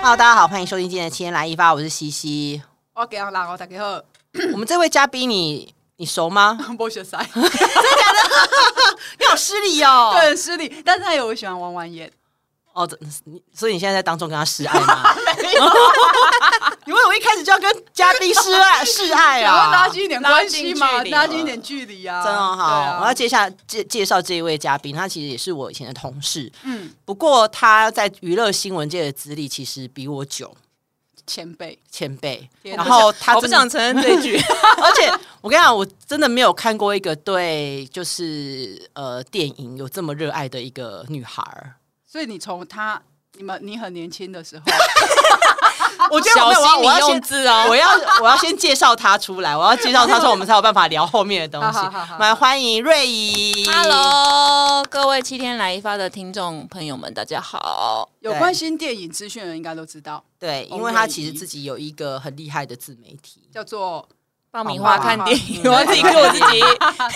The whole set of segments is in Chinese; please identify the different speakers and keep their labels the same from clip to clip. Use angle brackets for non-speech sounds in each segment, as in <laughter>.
Speaker 1: Hello，大家好，欢迎收听今天的《七天来一发》，我是西
Speaker 2: <clears throat>
Speaker 1: 西。
Speaker 2: 我给人人我大家好，
Speaker 1: 我们这位嘉宾你你熟吗？
Speaker 2: 不学塞，
Speaker 1: 你好失礼哦
Speaker 2: <laughs> 对，很失礼，但是他有喜欢玩玩烟，
Speaker 1: 哦，这你所以你现在在当众跟他示爱
Speaker 2: <laughs>
Speaker 1: 吗？ <laughs> 你为什么一开始就要跟嘉宾示
Speaker 2: <laughs>
Speaker 1: 爱示爱
Speaker 2: 然
Speaker 1: 啊？
Speaker 2: 后拉近一点关系嘛，
Speaker 3: 拉近距离
Speaker 2: 拉近一点距离啊，
Speaker 1: 真的哦好，我要
Speaker 2: 对啊，
Speaker 1: 接下介介绍这一位嘉宾，他其实也是我以前的同事，
Speaker 2: 嗯，
Speaker 1: 不过他在娱乐新闻界的资历其实比我久
Speaker 2: 前辈，
Speaker 1: 前辈，
Speaker 2: 天
Speaker 1: 然
Speaker 2: 哪
Speaker 1: 后他
Speaker 3: 我不
Speaker 1: 真的
Speaker 3: 想承认这句，
Speaker 1: <laughs> 而且我跟你讲，我真的没有看过一个对就是呃电影有这么热爱的一个女孩儿。
Speaker 2: 所以你从他。你们，你很年轻的时候，
Speaker 1: 啊我觉得
Speaker 3: 小
Speaker 1: 我
Speaker 3: 心
Speaker 1: 要我
Speaker 3: 你
Speaker 1: 要
Speaker 3: 用
Speaker 1: 先
Speaker 3: 字哦。
Speaker 1: <laughs> 我要我要先介绍她出来，我要介绍她之后，我们才有办法聊后面的东 <laughs> 西。
Speaker 2: 好好好好
Speaker 1: 来欢迎瑞怡
Speaker 3: Hello，各位七天来一发的听众朋友们，大家好。
Speaker 2: 有关心电影资讯的人应该都知道，
Speaker 1: 对，因
Speaker 2: 哦
Speaker 1: 为她
Speaker 2: 瑞
Speaker 1: 其实
Speaker 2: 怡
Speaker 1: 自己有一个很厉害的自媒体。
Speaker 2: 叫做
Speaker 3: 爆米花
Speaker 1: <laughs>
Speaker 3: 嗯看电影，
Speaker 1: 爆米花
Speaker 3: 我自己 Q 我自己。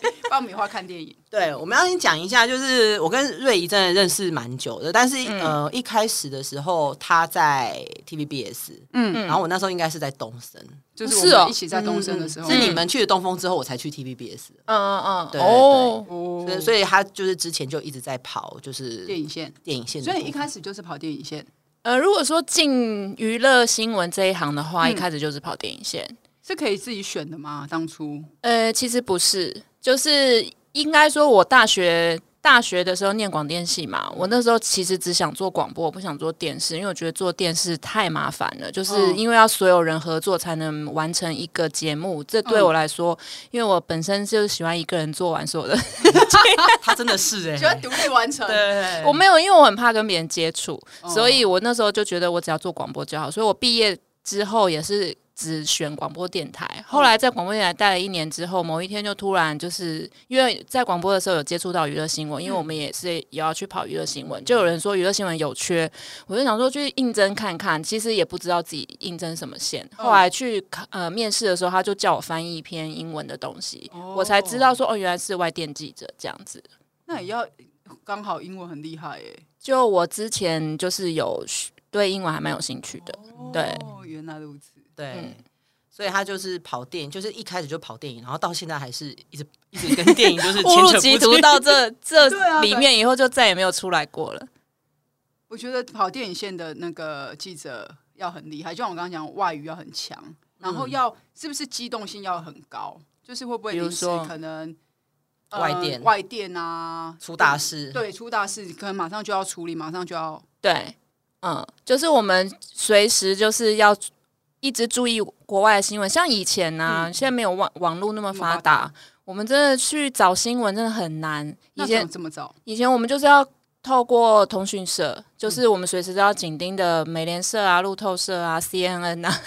Speaker 2: 对爆米花看电影。
Speaker 1: 对，我们要先讲一下，就是我跟瑞怡真的认识蛮久的，但是、
Speaker 2: 嗯
Speaker 1: 呃，一开始的时候她在 TVBS，
Speaker 2: 嗯，
Speaker 1: 然后我那时候应该是在东森，嗯
Speaker 2: 就是
Speaker 3: 是
Speaker 2: 我
Speaker 3: 哦
Speaker 2: 们一起在东升的时候，嗯
Speaker 1: 是你们去了东风之后，我才去 TVBS 的。
Speaker 3: 嗯嗯
Speaker 1: 对
Speaker 3: 嗯，哦，
Speaker 2: 哦
Speaker 1: 对，所以他就是之前就一直在跑，就是
Speaker 2: 电影线，
Speaker 1: 电影线的
Speaker 2: 所
Speaker 1: 部分。
Speaker 2: 以一开始就是跑电影线，
Speaker 3: 呃，如果说进娱乐新闻这一行的话，
Speaker 2: 嗯
Speaker 3: 一开始就是跑电影线。
Speaker 2: 是可以自己选的吗？当初
Speaker 3: 呃，其实不是，就是应该说，我大学大学的时候念广电系嘛，我那时候其实只想做广播，不想做电视，因为我觉得做电视太麻烦了，就是
Speaker 2: 嗯
Speaker 3: 因为要所有人合作才能完成一个节目，这对我来说，因为我本身就是喜欢一个人做完所有的，
Speaker 1: 他真的
Speaker 2: <laughs>
Speaker 1: 是哎、
Speaker 2: 喜欢独立完成，嗯
Speaker 1: 对，
Speaker 3: 我没有，因为我很怕跟别人接触，
Speaker 2: 哦
Speaker 3: 所以我那时候就觉得我只要做广播就好，所以我毕业之后也是只选广播电台。后来在广播电台待了一年之后，某一天就突然就是因为在广播的时候有接触到娱乐新闻，因为我们也是也要去跑娱乐新闻，就有人说娱乐新闻有缺，我就想说去应征看看，其实也不知道自己应征什么线。后来去考呃面试的时候，他就叫我翻译一篇英文的东西，
Speaker 2: 哦
Speaker 3: 我才知道说哦，原来是外电记者这样子。
Speaker 2: <laughs> 那也要刚好英文很厉害耶、
Speaker 3: 就我之前就是有学对英文还蛮有兴趣的，对
Speaker 2: 哦，原来如此。
Speaker 1: 对。
Speaker 3: 嗯
Speaker 1: 所以他就是跑电影，就是一开始就跑电影，然后到现在还是一直一直跟电影就是
Speaker 2: <laughs>
Speaker 3: 误入
Speaker 1: 牵扯不
Speaker 3: 歧
Speaker 1: 清
Speaker 3: 途到这这
Speaker 2: 对啊对
Speaker 3: 里面以后就再也没有出来过了。
Speaker 2: 我觉得跑电影线的那个记者要很厉害，就像我刚刚讲，外语要很强，然
Speaker 1: 嗯
Speaker 2: 后要、是不是机动性要很高，就是会不会
Speaker 3: 比如
Speaker 2: 临时
Speaker 3: 说
Speaker 2: 可能、呃
Speaker 1: 外电
Speaker 2: 外电啊
Speaker 1: 出大事。
Speaker 2: 对出大事，可能马上就要处理，马上就要
Speaker 3: 对，嗯，就是我们随时就是要一直注意国外的新闻，像以前呢、
Speaker 2: 嗯
Speaker 3: 现在没有网网络那么发达，我们真的去找新闻真的很难。以
Speaker 2: 那
Speaker 3: 前
Speaker 2: 怎么这么早？
Speaker 3: 以前我们就是要透过通讯社，就是我们随时都要紧盯的美联社啊、路透社啊、CNN 啊，
Speaker 1: <laughs>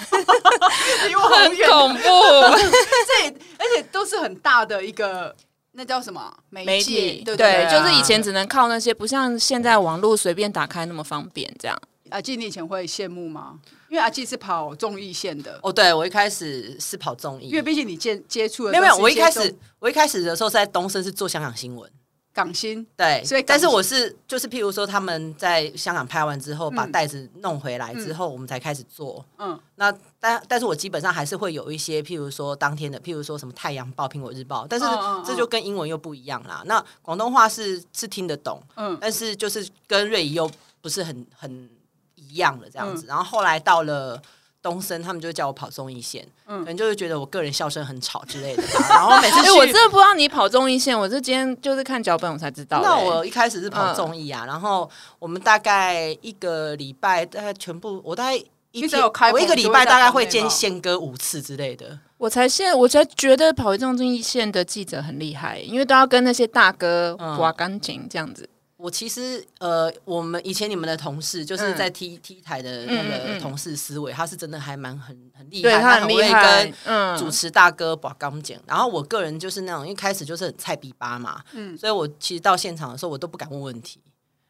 Speaker 2: 离我好
Speaker 3: <laughs> 很
Speaker 2: 远，啊
Speaker 3: 恐怖。
Speaker 2: 这而且都是很大的一个。那叫什么媒
Speaker 3: 媒
Speaker 2: 介
Speaker 3: 体？
Speaker 1: 对
Speaker 2: 对对，
Speaker 1: 啊
Speaker 3: 就是以前只能靠那些，不像现在网络随便打开那么方便。这样，
Speaker 2: 阿季，你以前会羡慕吗？因为阿季是跑综艺线的，
Speaker 1: 哦，对我一开始是跑综艺，
Speaker 2: 因为毕竟你接接触的
Speaker 1: 没有没有，我一开
Speaker 2: 都是
Speaker 1: 始
Speaker 2: 接
Speaker 1: 我一开始的时候是在东森是做香港新闻，
Speaker 2: 港星，
Speaker 1: 对，
Speaker 2: 所以
Speaker 1: 但是
Speaker 2: 港
Speaker 1: 我是就是譬如说他们在香港拍完之后，把
Speaker 2: 嗯
Speaker 1: 袋子弄回来之后，我们才开始做。
Speaker 2: 嗯，
Speaker 1: 那但但是我基本上还是会有一些，譬如说当天的，譬如说什么《太阳报》《苹果日报》，但是
Speaker 2: 嗯嗯嗯
Speaker 1: 这就跟英文又不一样啦。那广东话是是听得懂，
Speaker 2: 嗯
Speaker 1: 但是就是跟瑞怡又不是很很一样了这样
Speaker 2: 嗯
Speaker 1: 子。然后后来到了。东森他们就叫我跑综艺线，
Speaker 2: 嗯
Speaker 1: 可能就是觉得我个人笑声很吵之类的吧。然后每
Speaker 2: <laughs>
Speaker 1: 次
Speaker 3: 哎、
Speaker 1: 去，
Speaker 3: 我真的不知道你跑综艺线，我是今天就是看脚本我才知道、
Speaker 1: 那
Speaker 3: 哎
Speaker 1: 我一开始是跑综艺啊，然后我们大概一个礼拜，大概全部我大概一
Speaker 2: 你只
Speaker 1: 天，
Speaker 2: 要有开
Speaker 1: 我一
Speaker 2: 播
Speaker 1: 个
Speaker 2: 你
Speaker 1: 礼
Speaker 2: 就
Speaker 1: 拜
Speaker 2: 会在
Speaker 1: 大概
Speaker 2: 场
Speaker 1: 会
Speaker 2: 内
Speaker 1: 见
Speaker 2: 吗
Speaker 1: 宪哥五次之类的。
Speaker 3: 我才现我才觉得跑这种综艺线的记者很厉害，因为都要跟那些大哥
Speaker 1: 嗯
Speaker 3: 刮干净这样子。
Speaker 1: 我其实呃，我们以前你们的同事，就是
Speaker 3: 嗯
Speaker 1: 在 T、T 台的那
Speaker 3: 嗯嗯
Speaker 1: 个
Speaker 3: 嗯
Speaker 1: 同事思维，他是真的还蛮很很厉害，
Speaker 3: 对
Speaker 1: 他
Speaker 3: 很厉
Speaker 1: 会
Speaker 3: 害
Speaker 1: 跟，
Speaker 3: 嗯， <laughs>
Speaker 1: 主持大哥把钢剪，然后我个人就是那种一开始就是很菜逼吧嘛，
Speaker 2: 嗯
Speaker 1: 所以我其实到现场的时候我都不敢问问题，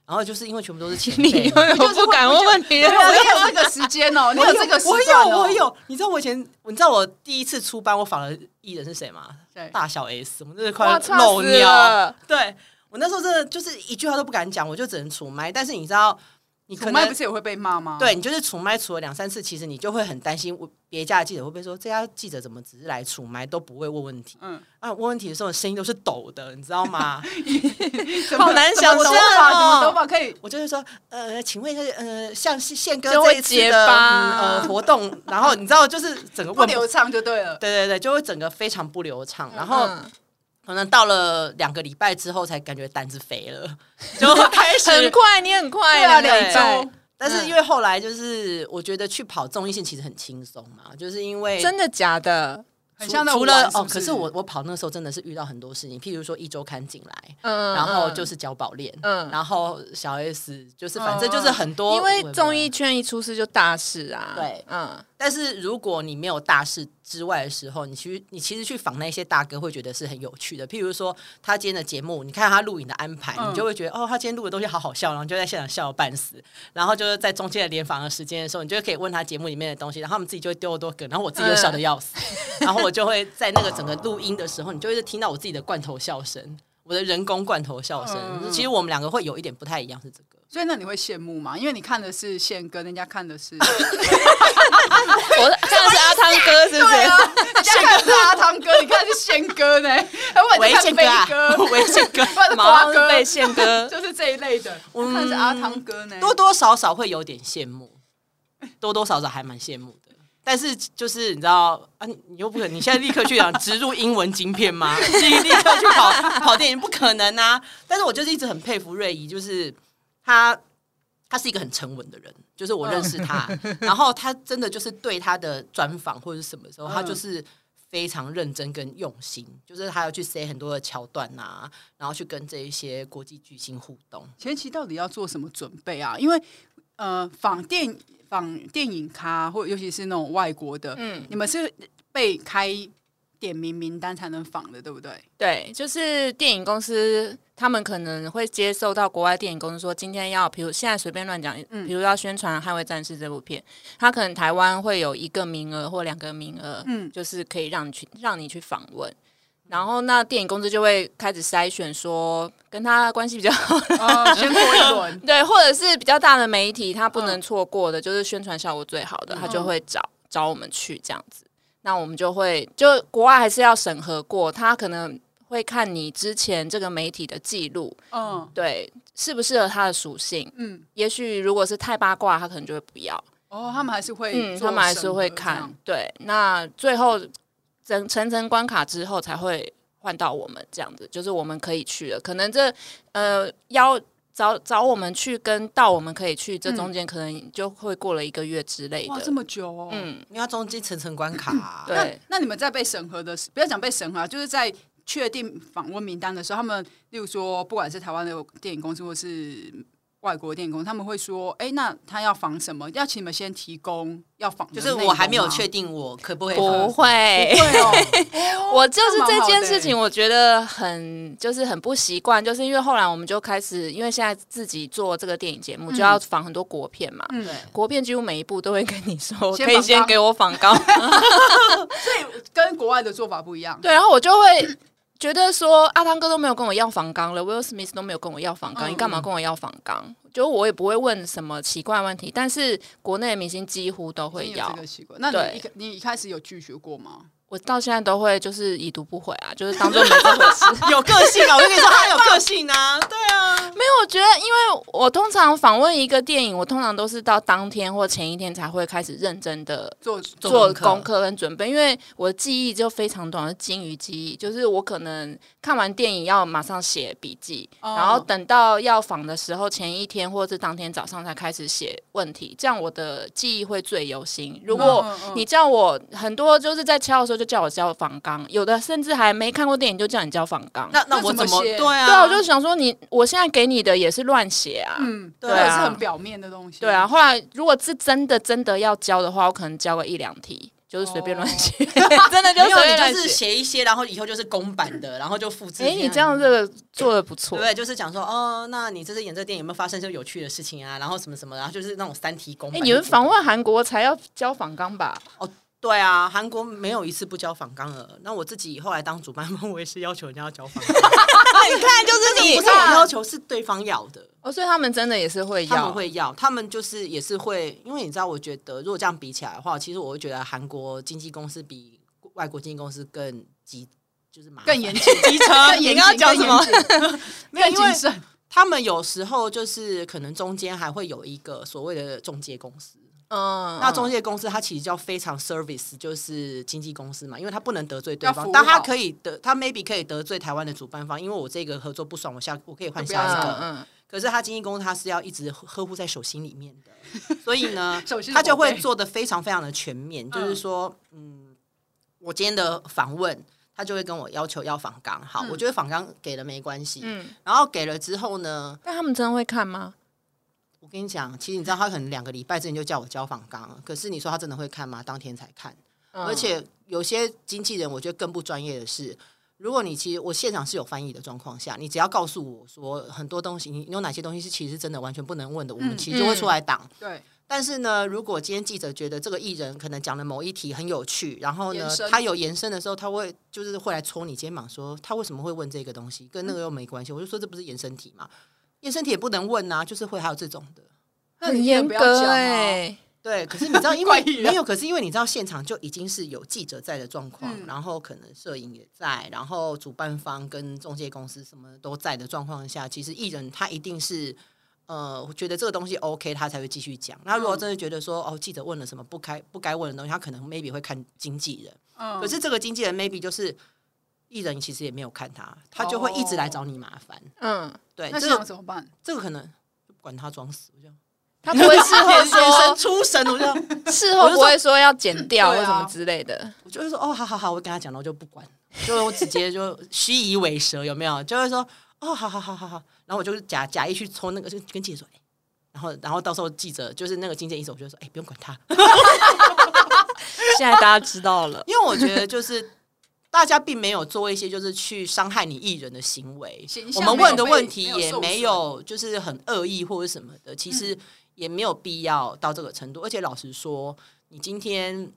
Speaker 1: 然后就是因为全部都是前
Speaker 3: <laughs> 你
Speaker 1: 辈
Speaker 3: 又有不敢问问题
Speaker 2: 因
Speaker 3: 了
Speaker 1: 啊
Speaker 2: 为。我有这个时间哦，你有这个时
Speaker 1: 我
Speaker 2: 段
Speaker 1: 有
Speaker 2: 哦
Speaker 1: 我，有，你知道我以前，你知道我第一次出班，我访了艺人是谁吗？
Speaker 2: 对，
Speaker 1: 大小 S，我们真的快
Speaker 3: 哇，
Speaker 1: 要
Speaker 3: 差
Speaker 1: 漏
Speaker 3: 死
Speaker 1: 尿。
Speaker 3: 了！
Speaker 1: 对我那时候真的就是一句话都不敢讲，我就只能出麦。但是你知道，你可
Speaker 2: 可麦
Speaker 1: 能
Speaker 2: 不是也会被骂吗？，
Speaker 1: 对你就是出麦出了两三次，其实你就会很担心我别家的记者会不会说这家记者怎么只是来出麦都不会问问题
Speaker 2: 嗯，
Speaker 1: 啊？问问题的时候声音都是抖的，你知道吗？ <laughs>
Speaker 2: 怎么
Speaker 1: 好难想象哦
Speaker 2: 怎么手法，怎么手法可以？
Speaker 1: 我就会说，呃，请问一下，呃，像是宪哥
Speaker 3: 就会
Speaker 1: 这一次
Speaker 3: 结
Speaker 1: 的、
Speaker 3: 巴
Speaker 1: 嗯呃活动，然后你知道就是整个
Speaker 2: 不
Speaker 1: 问
Speaker 2: 流畅就对了。
Speaker 1: 对对对，就会整个非常不流畅，然后
Speaker 3: 嗯
Speaker 1: 可能到了两个礼拜之后才感觉胆子肥了，就开
Speaker 3: <laughs> 很
Speaker 1: 始。
Speaker 3: 快，你很快，
Speaker 2: 对啊，
Speaker 3: 两个嗯礼拜
Speaker 2: 两周。
Speaker 1: 但是因为后来就是我觉得去跑综艺性其实很轻松嘛，就是因为
Speaker 3: 真的假的？
Speaker 2: 很
Speaker 1: 除
Speaker 2: 像在
Speaker 1: 除了
Speaker 2: 玩
Speaker 1: 哦，可
Speaker 2: 是
Speaker 1: 是
Speaker 2: 不
Speaker 1: 我我跑那时候真的是遇到很多事情，譬如说一周刊进来，
Speaker 3: 嗯，。
Speaker 1: 然后就是是交保练，
Speaker 3: 嗯
Speaker 1: 然后小 S 就是
Speaker 2: 嗯
Speaker 1: 反正就是很多
Speaker 3: 因为
Speaker 1: 微博
Speaker 3: 综艺圈一出事就大事啊，
Speaker 1: 对
Speaker 3: 嗯，
Speaker 1: 但是如果你没有大事之外的时候，你去你其实去访那些大哥，会觉得是很有趣的。譬如说他今天的节目，你看他录影的安排，
Speaker 2: 嗯
Speaker 1: 你就会觉得哦，他今天录的东西好好笑，然后就在现场笑到半死。然后就是在中间的联访的时间的时候，你就可以问他节目里面的东西，然后他们自己就会丢很多梗，然后我自己又笑得要死，
Speaker 3: <laughs>
Speaker 1: 然后我就会在那个整个录音的时候，你就会听到我自己的罐头笑声，我的人工罐头笑声。
Speaker 2: 嗯嗯嗯
Speaker 1: 其实我们两个会有一点不太一样，是这个。 <laughs>
Speaker 2: 所以那你会羡慕吗？因为你看的是宪哥，人家看
Speaker 1: <laughs>
Speaker 2: 的是
Speaker 1: 啊
Speaker 3: 我看的是阿汤哥，是不
Speaker 2: 对
Speaker 3: 是？
Speaker 2: 啊，人家看的是阿汤哥，你看的是宪哥呢，还不然
Speaker 1: 喂
Speaker 2: 你，看
Speaker 1: 宪哥
Speaker 2: 飞
Speaker 1: 啊
Speaker 2: 哥，，
Speaker 1: 喂，宪
Speaker 2: <laughs>
Speaker 1: 哥，
Speaker 2: 不然是
Speaker 3: 马
Speaker 2: 瓜
Speaker 3: 上
Speaker 2: 哥
Speaker 3: 被，宪
Speaker 2: <laughs>
Speaker 3: 哥，
Speaker 2: 就是这一类的。我看的是阿汤哥呢，
Speaker 1: 嗯多多少少会有点羡慕，
Speaker 2: <laughs>
Speaker 1: 多多少少还蛮羡慕的。但是就是你知道啊，你又不可能，你现在立刻去想植入英文晶片
Speaker 2: <laughs>
Speaker 1: 吗？立立刻去跑跑电影，不可能啊！但是我就是一直很佩服瑞怡，就是她，她是一个很沉稳的人，就是我认识她，
Speaker 2: 嗯
Speaker 1: <laughs> 然后她真的就是对她的专访或者是什么时候，她
Speaker 2: 嗯
Speaker 1: 就是非常认真跟用心，就是她要去塞很多的桥段啊，然后去跟这一些国际巨星互动。
Speaker 2: 前期到底要做什么准备啊？因为呃，仿电仿电影咖，或尤其是那种外国的，
Speaker 3: 嗯，
Speaker 2: 你们是被开点名名单才能仿的，对不对？
Speaker 3: 对，就是电影公司。他们可能会接受到国外电影公司说，今天要，比如现在随便乱讲，
Speaker 2: 嗯
Speaker 3: 比如要宣传《捍卫战士》这部片，他可能台湾会有一个名额或两个名额，
Speaker 2: 嗯
Speaker 3: 就是可以让你去让你去访问，然后那电影公司就会开始筛选说跟他关系比较好的。
Speaker 2: 呃，先过一轮
Speaker 3: 对，或者是比较大的媒体，他不能错过的，就是宣传效果最好的，他就会找找我们去这样子。那我们就会就国外还是要审核过，他可能会看你之前这个媒体的记录，
Speaker 2: <laughs> 嗯
Speaker 3: 对，适不适合他的属性。
Speaker 2: 嗯，
Speaker 3: 也许如果是太八卦，他可能就会不要。
Speaker 2: 哦，他们还是会
Speaker 3: 嗯，
Speaker 2: 做审核这样，
Speaker 3: 他们还是会看。对，那最后整层层关卡之后才会换到我们这样子，就是我们可以去了。可能这呃邀找找我们去跟到我们可以去，这中间可能就会过了一个月之类
Speaker 2: 嗯哇，
Speaker 3: 的
Speaker 2: 这。么久哦。
Speaker 3: 嗯，
Speaker 1: 因为它中间层层关卡、啊
Speaker 3: 对
Speaker 2: 那那你们在被审核的时，不要讲被审核、啊，就是在确定访问名单的时候，他们例如说，不管是台湾的电影公司或是外国的电影公司，他们会说，哎、那他要访什么？要请你们先提供要访
Speaker 1: 就
Speaker 2: 的内
Speaker 1: 是
Speaker 2: 容吗，
Speaker 1: 我还没有确定我可不可以
Speaker 3: 不
Speaker 1: 放，
Speaker 3: 会。
Speaker 2: 对哦，
Speaker 3: 我就是
Speaker 2: 那蛮
Speaker 3: 这
Speaker 2: 好
Speaker 3: 件
Speaker 2: 的
Speaker 3: 事
Speaker 2: 欸
Speaker 3: 情，我觉得很就是很不习惯，就是因为后来我们就开始，因为现在自己做这个电影节目，就要仿很多国片嘛，
Speaker 2: 嗯，
Speaker 1: 对
Speaker 3: 国片几乎每一部都会跟你说，
Speaker 2: 先
Speaker 3: 可以
Speaker 2: 仿
Speaker 3: 先
Speaker 2: 纲
Speaker 3: 给我仿高，
Speaker 2: 跟国外的做法不一样。
Speaker 3: 对，然后我就会觉得说，阿汤哥都没有跟我要房纲了，Will Smith 都没有跟我要房纲，
Speaker 2: 嗯
Speaker 3: 你干嘛跟我要房纲？就我也不会问什么奇怪问题，但是国内的明星几乎都会
Speaker 2: 已经有
Speaker 3: 要
Speaker 2: 这，个习惯。那
Speaker 3: 对
Speaker 2: 你一
Speaker 1: 啊
Speaker 2: 开你一开始有拒绝过吗？
Speaker 3: 我到现在都会就是已读不回啊，就是当做 <laughs> 没这回事。
Speaker 1: 有个性啊！我跟你说，他有个性啊，对啊，
Speaker 3: 没有，我觉得因为我通常访问一个电影，我通常都是到当天或前一天才会开始认真的
Speaker 2: 做
Speaker 1: 做
Speaker 3: 做
Speaker 1: 功课
Speaker 3: 功课跟准备，因为我的记忆就非常短，是金鱼记忆，就是我可能看完电影要马上写笔记，
Speaker 2: 哦
Speaker 3: 然后等到要访的时候，前一天或者是当天早上才开始写问题，这样我的记忆会最犹新。如果
Speaker 2: 嗯嗯嗯
Speaker 3: 你叫我很多就是在敲的时候就叫我教访纲，有的甚至还没看过电影就叫你教访纲。
Speaker 1: 那那
Speaker 2: 那
Speaker 1: 我
Speaker 2: 怎么
Speaker 1: 怎么
Speaker 2: 写
Speaker 1: 对啊？
Speaker 3: 对啊，我就想说你，我现在给你的也是乱写啊。
Speaker 2: 嗯，
Speaker 1: 对
Speaker 2: 或者
Speaker 1: 啊
Speaker 2: 是很表面的东西。
Speaker 3: 对啊，，后来如果是真的真的要教的话，我可能教个一两题，就是随
Speaker 2: 哦
Speaker 3: 便乱
Speaker 2: <laughs>
Speaker 3: 写，真的就随便
Speaker 1: 没有，
Speaker 3: 乱
Speaker 1: 你就是
Speaker 3: 写。
Speaker 1: 写一些，然后以后就是公版的，然后就复制。
Speaker 3: 哎、你这样这。个做的不错
Speaker 1: 对不，对？就是讲说，哦，那你这次演这个电影有没有发生一些有趣的事情啊？然后什么什么，然后就是那种三题公
Speaker 3: 哎、
Speaker 1: 版。
Speaker 3: 你们访问韩国才要教访纲吧？
Speaker 1: 对啊，韩国没有一次不交访纲 <laughs> 的。那我自己后来当主办方，我也是要求人家要交访纲。你看，就是你
Speaker 2: 这不是我要
Speaker 1: 要求是对方要的，
Speaker 3: 哦，所以他们真的也是会
Speaker 1: 他们
Speaker 3: 要，
Speaker 1: 会要，他们就是也是会，因为你知道，我觉得如果这样比起来的话，其实我会觉得韩国经纪公司比外国经纪公司更急，就是麻烦
Speaker 2: 更严谨，
Speaker 1: <laughs> 机车
Speaker 2: 更
Speaker 1: 你
Speaker 2: 严谨，
Speaker 1: 刚刚讲什么？
Speaker 2: 更严谨？
Speaker 1: <laughs> 没有，
Speaker 2: 更
Speaker 1: 因为
Speaker 2: 谨慎。
Speaker 1: 他们有时候就是可能中间还会有一个所谓的中介公司。
Speaker 3: 嗯，
Speaker 1: 那中介公司它其实叫非常 service，就是经纪公司嘛，因为它不能得罪对
Speaker 2: 要服
Speaker 1: 方，
Speaker 2: 务
Speaker 1: 但它
Speaker 2: 好
Speaker 1: 可以得，它 maybe 可以得罪台湾的主办方，因为我这个合作不爽，我下我可以换
Speaker 3: 嗯
Speaker 2: 不
Speaker 1: 下
Speaker 2: 要
Speaker 1: 一
Speaker 2: 这
Speaker 1: 个。
Speaker 3: 嗯
Speaker 1: 可是他经纪公司他是要一直呵护在手心里面的，所以呢
Speaker 2: 手心，是
Speaker 1: 他就
Speaker 2: 宝贝
Speaker 1: 会做的非常非常的全面，就是说，嗯，我今天的访问，他就会跟我要求要访纲，好，
Speaker 2: 嗯
Speaker 1: 我觉得访纲给了没关系，
Speaker 3: 嗯，嗯
Speaker 1: 然后给了之后呢，
Speaker 3: 但他们真的会看吗？
Speaker 1: 我跟你讲，其实你知道他可能两个礼拜之前就叫我交访纲了，可是你说他真的会看吗？当天才看，
Speaker 3: 嗯
Speaker 1: 而且有些经纪人，我觉得更不专业的是，如果你其实我现场是有翻译的状况下，你只要告诉我说很多东西，你有哪些东西是其实真的完全不能问的，我
Speaker 2: 嗯
Speaker 1: 们其实就会出来挡。
Speaker 2: 对，
Speaker 1: 但是呢，如果今天记者觉得这个艺人可能讲的某一题很有趣，然后呢
Speaker 2: 延伸
Speaker 1: 他有延伸的时候，他会就是会来戳你肩膀说他为什么会问这个东西，跟那个又没关系。我就说这不是延伸题嘛，延伸题也不能问啊，就是会还有这种的。
Speaker 2: 那
Speaker 3: 很
Speaker 2: 你也
Speaker 3: 严
Speaker 2: 不要讲
Speaker 3: 格
Speaker 2: 啊
Speaker 3: 哎、
Speaker 1: 对，可是你
Speaker 3: <laughs>
Speaker 1: 知道，因
Speaker 2: 怪
Speaker 1: 为
Speaker 2: 异人
Speaker 3: 啊
Speaker 1: 没有，可是因为你知道，现场就已经是有记者在的状况，
Speaker 2: 嗯
Speaker 1: 然后可能摄影也在，然后主办方跟中介公司什么都在的状况下，其实艺人他一定是呃，我觉得这个东西 OK，他才会继续讲。那如果
Speaker 3: 嗯
Speaker 1: 真的觉得说、哦，记者问了什么不该不该问的东西，他可能 maybe 会看经纪人，
Speaker 2: 嗯
Speaker 1: 可是这个经纪人 maybe 就是艺人其实也没有看他，他就会一直
Speaker 3: 哦
Speaker 1: 来找你麻烦。
Speaker 3: 嗯，
Speaker 1: 对，
Speaker 2: 那
Speaker 1: 这
Speaker 2: 现场
Speaker 1: 个
Speaker 2: 怎么办？
Speaker 1: 这个可能就不管他装死，我就
Speaker 3: 他不会事后
Speaker 1: 眼神
Speaker 3: 说，
Speaker 1: 出神，我就。
Speaker 3: 事后不会说要剪掉
Speaker 2: 我
Speaker 3: 或
Speaker 2: 就
Speaker 3: 什
Speaker 2: 说
Speaker 3: 么之类的。
Speaker 1: 我就会说哦，好好好，我跟他讲了，我就不管，就我直接就 <laughs> 虚以为蛇，有没有？就会说哦，好好好好好，然后我就是假假意去抽那个，就跟记者说，哎、然后然后到时候记者就是那个经纪人一手，我就说，哎、不用管他，
Speaker 3: 现在大家知道了，
Speaker 1: 因为我觉得
Speaker 2: <laughs>
Speaker 1: 就是。大家并没有做一些就是去伤害你艺人的行为
Speaker 2: 形，
Speaker 1: 我
Speaker 2: 象
Speaker 1: 们
Speaker 2: 没有
Speaker 1: 问的
Speaker 2: 被
Speaker 1: 问题
Speaker 2: 没有
Speaker 1: 也
Speaker 2: 受嗯
Speaker 1: 没有就是很恶意或者什么的，其实也没有必要到这个程度。而且老实说，你今天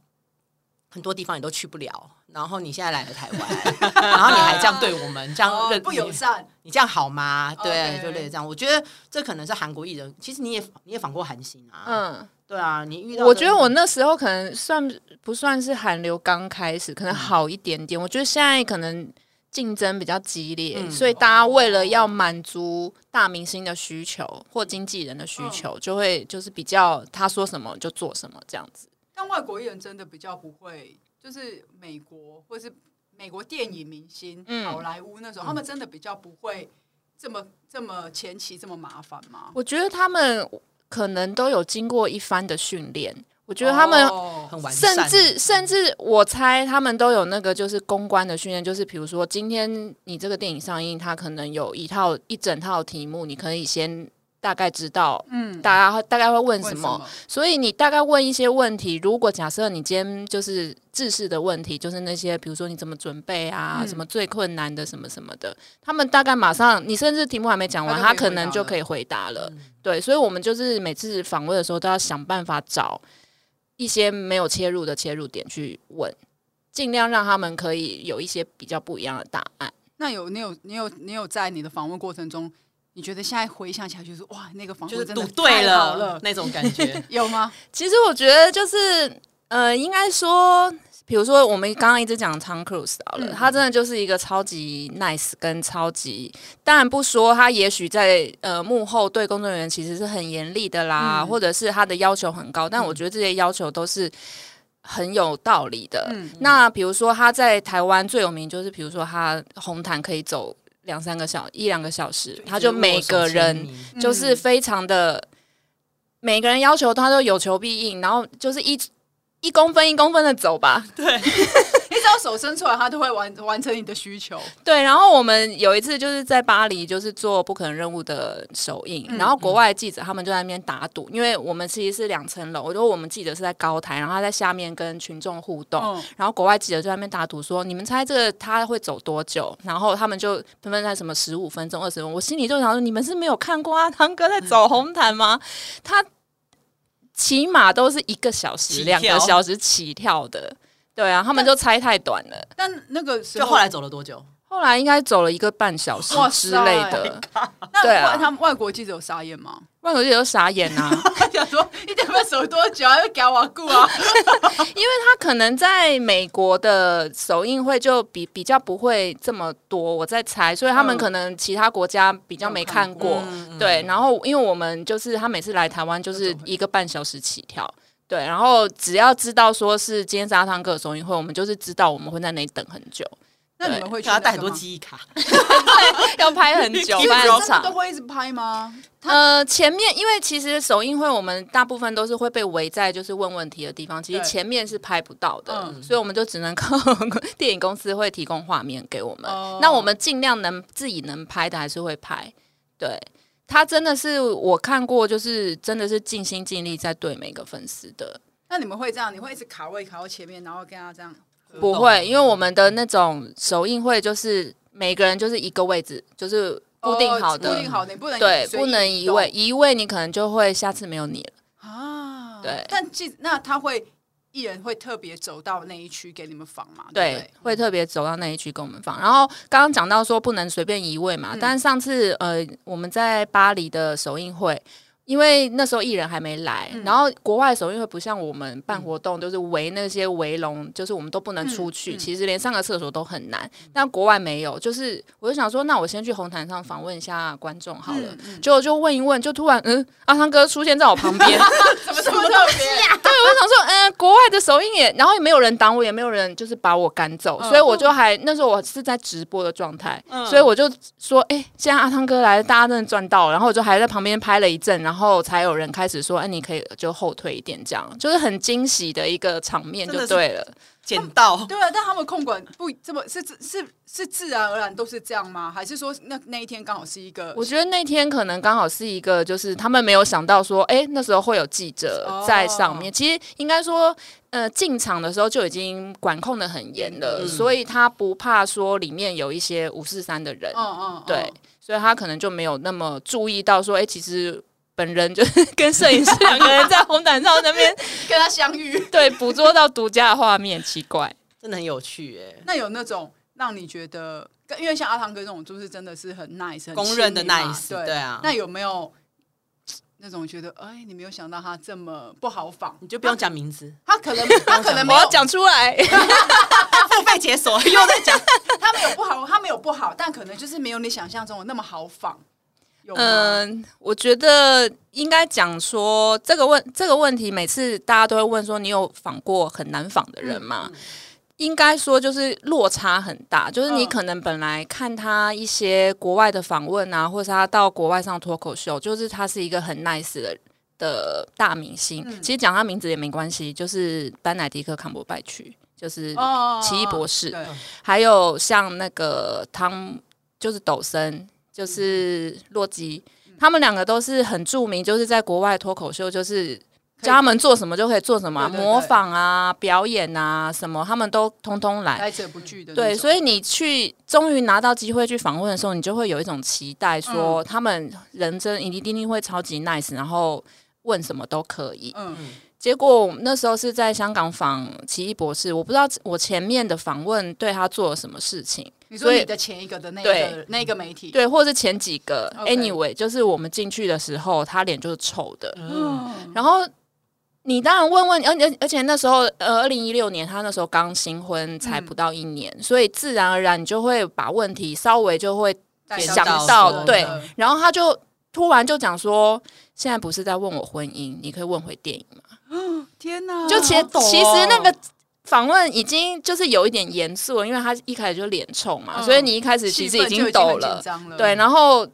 Speaker 1: 很多地方你都去不了，然后你现在来了台湾，然后你还这样对我们，这样认
Speaker 2: 哦呃不友善，
Speaker 1: 你这样好吗？对
Speaker 2: OK
Speaker 1: 就类似这样。我觉得这可能是韩国艺人，其实你也你也访过韩星啊，
Speaker 3: 嗯，
Speaker 1: 对啊，你遇到
Speaker 3: 我
Speaker 1: 的
Speaker 3: 觉得我那时候可能算不算是韩流刚开始，可
Speaker 1: 嗯
Speaker 3: 能好一点点。我觉得现在可能竞争比较激烈，
Speaker 1: 嗯哦
Speaker 3: 所以大家为了要满足大明星的需求或经纪人的需
Speaker 1: 嗯
Speaker 3: 求，就会就是比较他说什么就做什么这样子。
Speaker 2: 但外国艺人真的比较不会，就是美国或是美国电影明星、
Speaker 3: 嗯
Speaker 2: 好莱坞那种，他们真的比较不会这么这么前期这么麻烦吗？
Speaker 3: 我觉得他们可能都有经过一番的训练，我觉得他们
Speaker 2: 哦
Speaker 1: 很完善，
Speaker 3: 甚至甚至，我猜他们都有那个就是公关的训练，就是比如说今天你这个电影上映，它可能有一套一整套题目，你可以先大概知道
Speaker 2: 嗯，
Speaker 3: 大家会大概会问
Speaker 2: 为
Speaker 3: 什么，？所以你大概问一些问题。如果假设你今天就是制式的问题，就是那些比如说你怎么准备啊，
Speaker 2: 嗯
Speaker 3: 什么最困难的什么什么的，他们大概马上你甚至题目还没讲完，他
Speaker 2: 他就可以
Speaker 3: 可
Speaker 2: 回答
Speaker 3: 能
Speaker 2: 了
Speaker 3: 就可以回答了。
Speaker 1: 嗯
Speaker 3: 对，所以我们就是每次访问的时候都要想办法找一些没有切入的切入点去问，尽量让他们可以有一些比较不一样的答案。
Speaker 2: 那有你有你有你有在你的访问过程中，你觉得现在回想起来就是哇，那个访
Speaker 1: 就是
Speaker 2: 问真的
Speaker 1: 赌对
Speaker 2: 太
Speaker 1: 了
Speaker 2: 好了，
Speaker 1: 那种感觉。
Speaker 2: 有吗？
Speaker 3: 其实我觉得就是，呃，应该说，比如说我们刚刚一直讲 Tom Cruise 好了，
Speaker 2: 嗯
Speaker 3: 他真的就是一个超级 nice 跟超级，当然不说他也许在呃幕后对工作人员其实是很严厉的啦，
Speaker 2: 嗯
Speaker 3: 或者是他的要求很高，但我觉得这些要求都是很有道理的。
Speaker 2: 嗯，
Speaker 3: 那比如说他在台湾最有名就是，比如说他红毯可以走两三个小一两个小时，他就每个人
Speaker 2: 嗯
Speaker 3: 就是非常的，每个人要求他都有求必应，然后就是一一公分一公分的走
Speaker 2: <laughs>
Speaker 3: 吧。
Speaker 2: 你只要手伸出来，他都会完完成你的需求。
Speaker 3: 对，然后我们有一次就是在巴黎，就是做不可能任务的首映，
Speaker 2: 嗯
Speaker 3: 然后国外记者他们就在那边打赌，因为我们其实是两层楼，我觉得我们记者是在高台，然后他在下面跟群众互动，
Speaker 2: 嗯，
Speaker 3: 然后国外记者就在那边打赌说：“你们猜这个他会走多久？”然后他们就纷纷在什么十五分钟、二十分钟。我心里就想说：“你们是没有看过阿汤哥在走红毯吗？他起码都是一个小时、
Speaker 1: 起
Speaker 3: 两个
Speaker 1: 跳
Speaker 3: 小时起跳的。”对啊，他们就猜太短了。
Speaker 2: 但那个时
Speaker 1: 就
Speaker 2: 候
Speaker 1: 后来走了多久？
Speaker 3: 后来应该走了一个半小时
Speaker 2: 哇
Speaker 3: 之
Speaker 2: 塞
Speaker 3: 类的，
Speaker 2: 那
Speaker 3: 对啊
Speaker 2: 外他们外国记者有傻眼吗？
Speaker 3: 万口记者都傻眼啊，
Speaker 2: 他 <laughs> 想说一点要守多久啊？要搞我顾
Speaker 3: <laughs>
Speaker 2: 啊？
Speaker 3: 因为他可能在美国的首映会就比比较不会这么多，我在猜，所以他们
Speaker 2: 嗯
Speaker 3: 可能其他国家比较没看过，
Speaker 1: 嗯
Speaker 3: 对。然后因为我们就是他每次来台湾就是一个半小时起跳。对，然后只要知道说是今天是阿汤哥的首映会，我们就是知道我们会在那里等很
Speaker 1: <laughs>
Speaker 3: 久，
Speaker 2: 那你们会去
Speaker 1: 给他带
Speaker 2: 那
Speaker 1: 很
Speaker 2: 个
Speaker 1: 多
Speaker 2: 吗
Speaker 1: 记忆卡，
Speaker 3: 要拍很久，
Speaker 1: 因为
Speaker 3: 拍
Speaker 1: 真
Speaker 3: 很
Speaker 1: 的
Speaker 2: 真
Speaker 3: 长
Speaker 2: 的都。会一直拍吗？
Speaker 3: 呃，前面因为其实首映会我们大部分都是会被围在就是问问题的地方，其实
Speaker 2: 对
Speaker 3: 前面是拍不到的，
Speaker 2: 嗯
Speaker 3: 所以我们就只能靠 <laughs> 电影公司会提供画面给我们。
Speaker 2: 哦
Speaker 3: 那我们尽量能自己能拍的还是会拍。对，他真的是我看过，就是真的是尽心尽力在对每个粉丝的。
Speaker 2: 那你们会这样？你会一直卡位卡到前面，然后跟他这样？
Speaker 3: 不会，因为我们的那种首映会就是每个人就是一个位置，就是固定好的，
Speaker 2: 哦固定好的，你不能
Speaker 3: 对，
Speaker 2: 随意
Speaker 3: 不能移
Speaker 2: 动
Speaker 3: 位，移位你可能就会下次没有你了。
Speaker 2: 啊。
Speaker 3: 对
Speaker 2: 但记那他会艺人会特别走到那一区给你们访嘛？对嗯不
Speaker 3: 对，会特别走到那一区跟我们放。然后刚刚讲到说不能随便移位嘛，但是上次呃我们在巴黎的首映会。因为那时候艺人还没来，然后国外首映会不像我们办活动，就是围那些围笼，就是我们都不能出去，其实连上个厕所都很难。但国外没有，就是我就想说，那我先去红毯上访问一下观众
Speaker 2: 嗯
Speaker 3: 好了。结果就问一问，就突然嗯，阿汤哥出现在我旁边，
Speaker 2: 怎么这么特别？
Speaker 3: <laughs> 对，我想说，嗯，国外的首映也，然后也没有人挡我，也没有人就是把我赶走，所以我就还那时候我是在直播的状态，所以我就说，哎、现在阿汤哥来了，大家真的赚到了，然后我就还在旁边拍了一阵，然后才有人开始说，哎、你可以就后退一点，这样就是很惊喜的一个场面就对了。
Speaker 1: 捡 <laughs> 到。
Speaker 2: <laughs> 对啊，但他们控管不这么是是是是自然而然都是这样吗？还是说那那一天刚好是一个
Speaker 3: 我觉得那天可能刚好是一个，就是他们没有想到说，哎、那时候会有记者在上面。其实应该说，呃，进场的时候就已经管控的很严了，所以他不怕说里面有一些五四三的人，
Speaker 2: 嗯嗯嗯
Speaker 3: 对，所以他可能就没有那么注意到说，哎、其实。本人就是跟摄影师两个人在红毯上那边
Speaker 2: 跟他相遇？
Speaker 3: 对捕捉到独家的画面，奇 <laughs> 怪。
Speaker 1: 真的很有趣哎、
Speaker 2: 那有那种让你觉得，因为像阿汤哥这种，就是真的是很 nice，很
Speaker 1: 公认的
Speaker 2: 亲民嘛
Speaker 1: nice，
Speaker 2: 对
Speaker 1: 对啊
Speaker 2: 那有没有那种觉得，哎，你没有想到他这么不好
Speaker 3: <laughs>
Speaker 2: 访？
Speaker 1: 你就不用讲名字，
Speaker 2: 他可能他可能没
Speaker 3: 我要
Speaker 2: 有，
Speaker 3: 讲出来，
Speaker 1: 付费解锁又在 <laughs> 讲，
Speaker 2: 他没有不好，他没有不好，但可能就是没有你想象中的那么好访。有吗？
Speaker 3: 嗯，我觉得应该讲说这个问这个问题，每次大家都会问说，你有访过很难访的人吗？
Speaker 2: 嗯
Speaker 3: 应该说就是落差很大，就是你
Speaker 2: 嗯
Speaker 3: 可能本来看他一些国外的访问啊，或是他到国外上脱口秀，就是他是一个很 nice 的的大明星。
Speaker 2: 嗯
Speaker 3: 其实讲他名字也没关系，就是班乃迪克康伯拜区，就是
Speaker 2: 哦
Speaker 3: 奇异博士
Speaker 2: 对
Speaker 3: 还有像那个汤，就是抖森，就是
Speaker 2: 嗯
Speaker 3: 洛基，他们两个都是很著名，就是在国外脱口秀，就是叫他们做什么就可以做什么啊、
Speaker 2: 对对对
Speaker 3: 模仿啊、表演啊什么，他们都通通来。
Speaker 2: 来者不拒的那种。
Speaker 3: 哎对，所以你去终于拿到机会去访问的时候，你就会有一种期待，
Speaker 2: 嗯
Speaker 3: 说他们人真一定一定会超级 nice，然后问什么都可以。
Speaker 2: 嗯，
Speaker 3: 结果我们那时候是在香港访奇异博士，我不知道我前面的访问对他做了什么事情，
Speaker 2: 你说
Speaker 3: 所以
Speaker 2: 你的前一个的那
Speaker 3: 对
Speaker 2: 个那个媒体，
Speaker 3: 对，或是前几个
Speaker 2: OK
Speaker 3: anyway，就是我们进去的时候，他脸就是臭的，
Speaker 1: 嗯
Speaker 2: <laughs> 嗯
Speaker 3: 然后。你当然问问，而而而且那时候，呃，二零一六年他那时候刚新婚，才不到一年，所以自然而然你就会把问题稍微就会
Speaker 2: 带
Speaker 1: 想
Speaker 3: 想
Speaker 1: 到
Speaker 3: 到
Speaker 1: 说
Speaker 3: 对
Speaker 2: 的，
Speaker 3: 然后他就突然就讲说，现在不是在问我婚姻，你可以问回电影吗？
Speaker 2: 天哪！
Speaker 3: 就其
Speaker 1: 好抖哦
Speaker 3: 其实那个访问已经就是有一点严肃了，因为他一开始就脸臭嘛，
Speaker 2: 嗯
Speaker 3: 所以你一开始其实
Speaker 2: 气氛
Speaker 3: 已
Speaker 2: 就
Speaker 3: 经
Speaker 2: 经
Speaker 3: 抖
Speaker 2: 很紧
Speaker 3: 了，
Speaker 2: 张了嗯
Speaker 3: 对，，然后。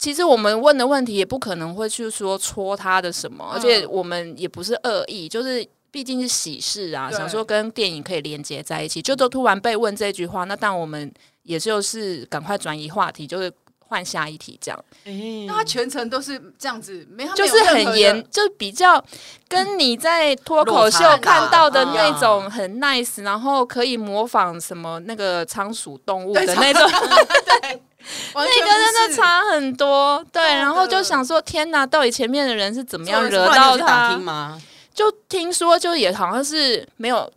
Speaker 3: 其实我们问的问题也不可能会去说戳他的什么，
Speaker 2: 嗯
Speaker 3: 而且我们也不是恶意，就是毕竟是喜事啊，
Speaker 2: 对
Speaker 3: 想说跟电影可以连接在一起，就都突然被问这句话，那但我们也就是赶快转移话题，就是换下一题这样。
Speaker 1: 哎
Speaker 2: 那他全程都是这样子，没他没
Speaker 3: 就
Speaker 2: 有
Speaker 3: 是
Speaker 2: 任何
Speaker 3: 很
Speaker 2: 的
Speaker 3: 严，就比较跟你在脱口秀
Speaker 1: 落差很大
Speaker 3: 看到的那
Speaker 1: 嗯
Speaker 3: 种很 nice，然后可以模仿什么那个仓鼠动物
Speaker 2: 对
Speaker 3: 的那种，
Speaker 2: 完
Speaker 3: <laughs> 那
Speaker 2: 全
Speaker 3: 个
Speaker 2: 不
Speaker 3: 真的
Speaker 2: 是
Speaker 3: 差很多。对，
Speaker 2: 真的
Speaker 3: 然后就想说，天哪，到底前面的人是怎么样惹
Speaker 1: 不然你
Speaker 3: 到
Speaker 1: 有去打
Speaker 3: 他
Speaker 1: 听？吗？
Speaker 3: 就听说，就也好像是没有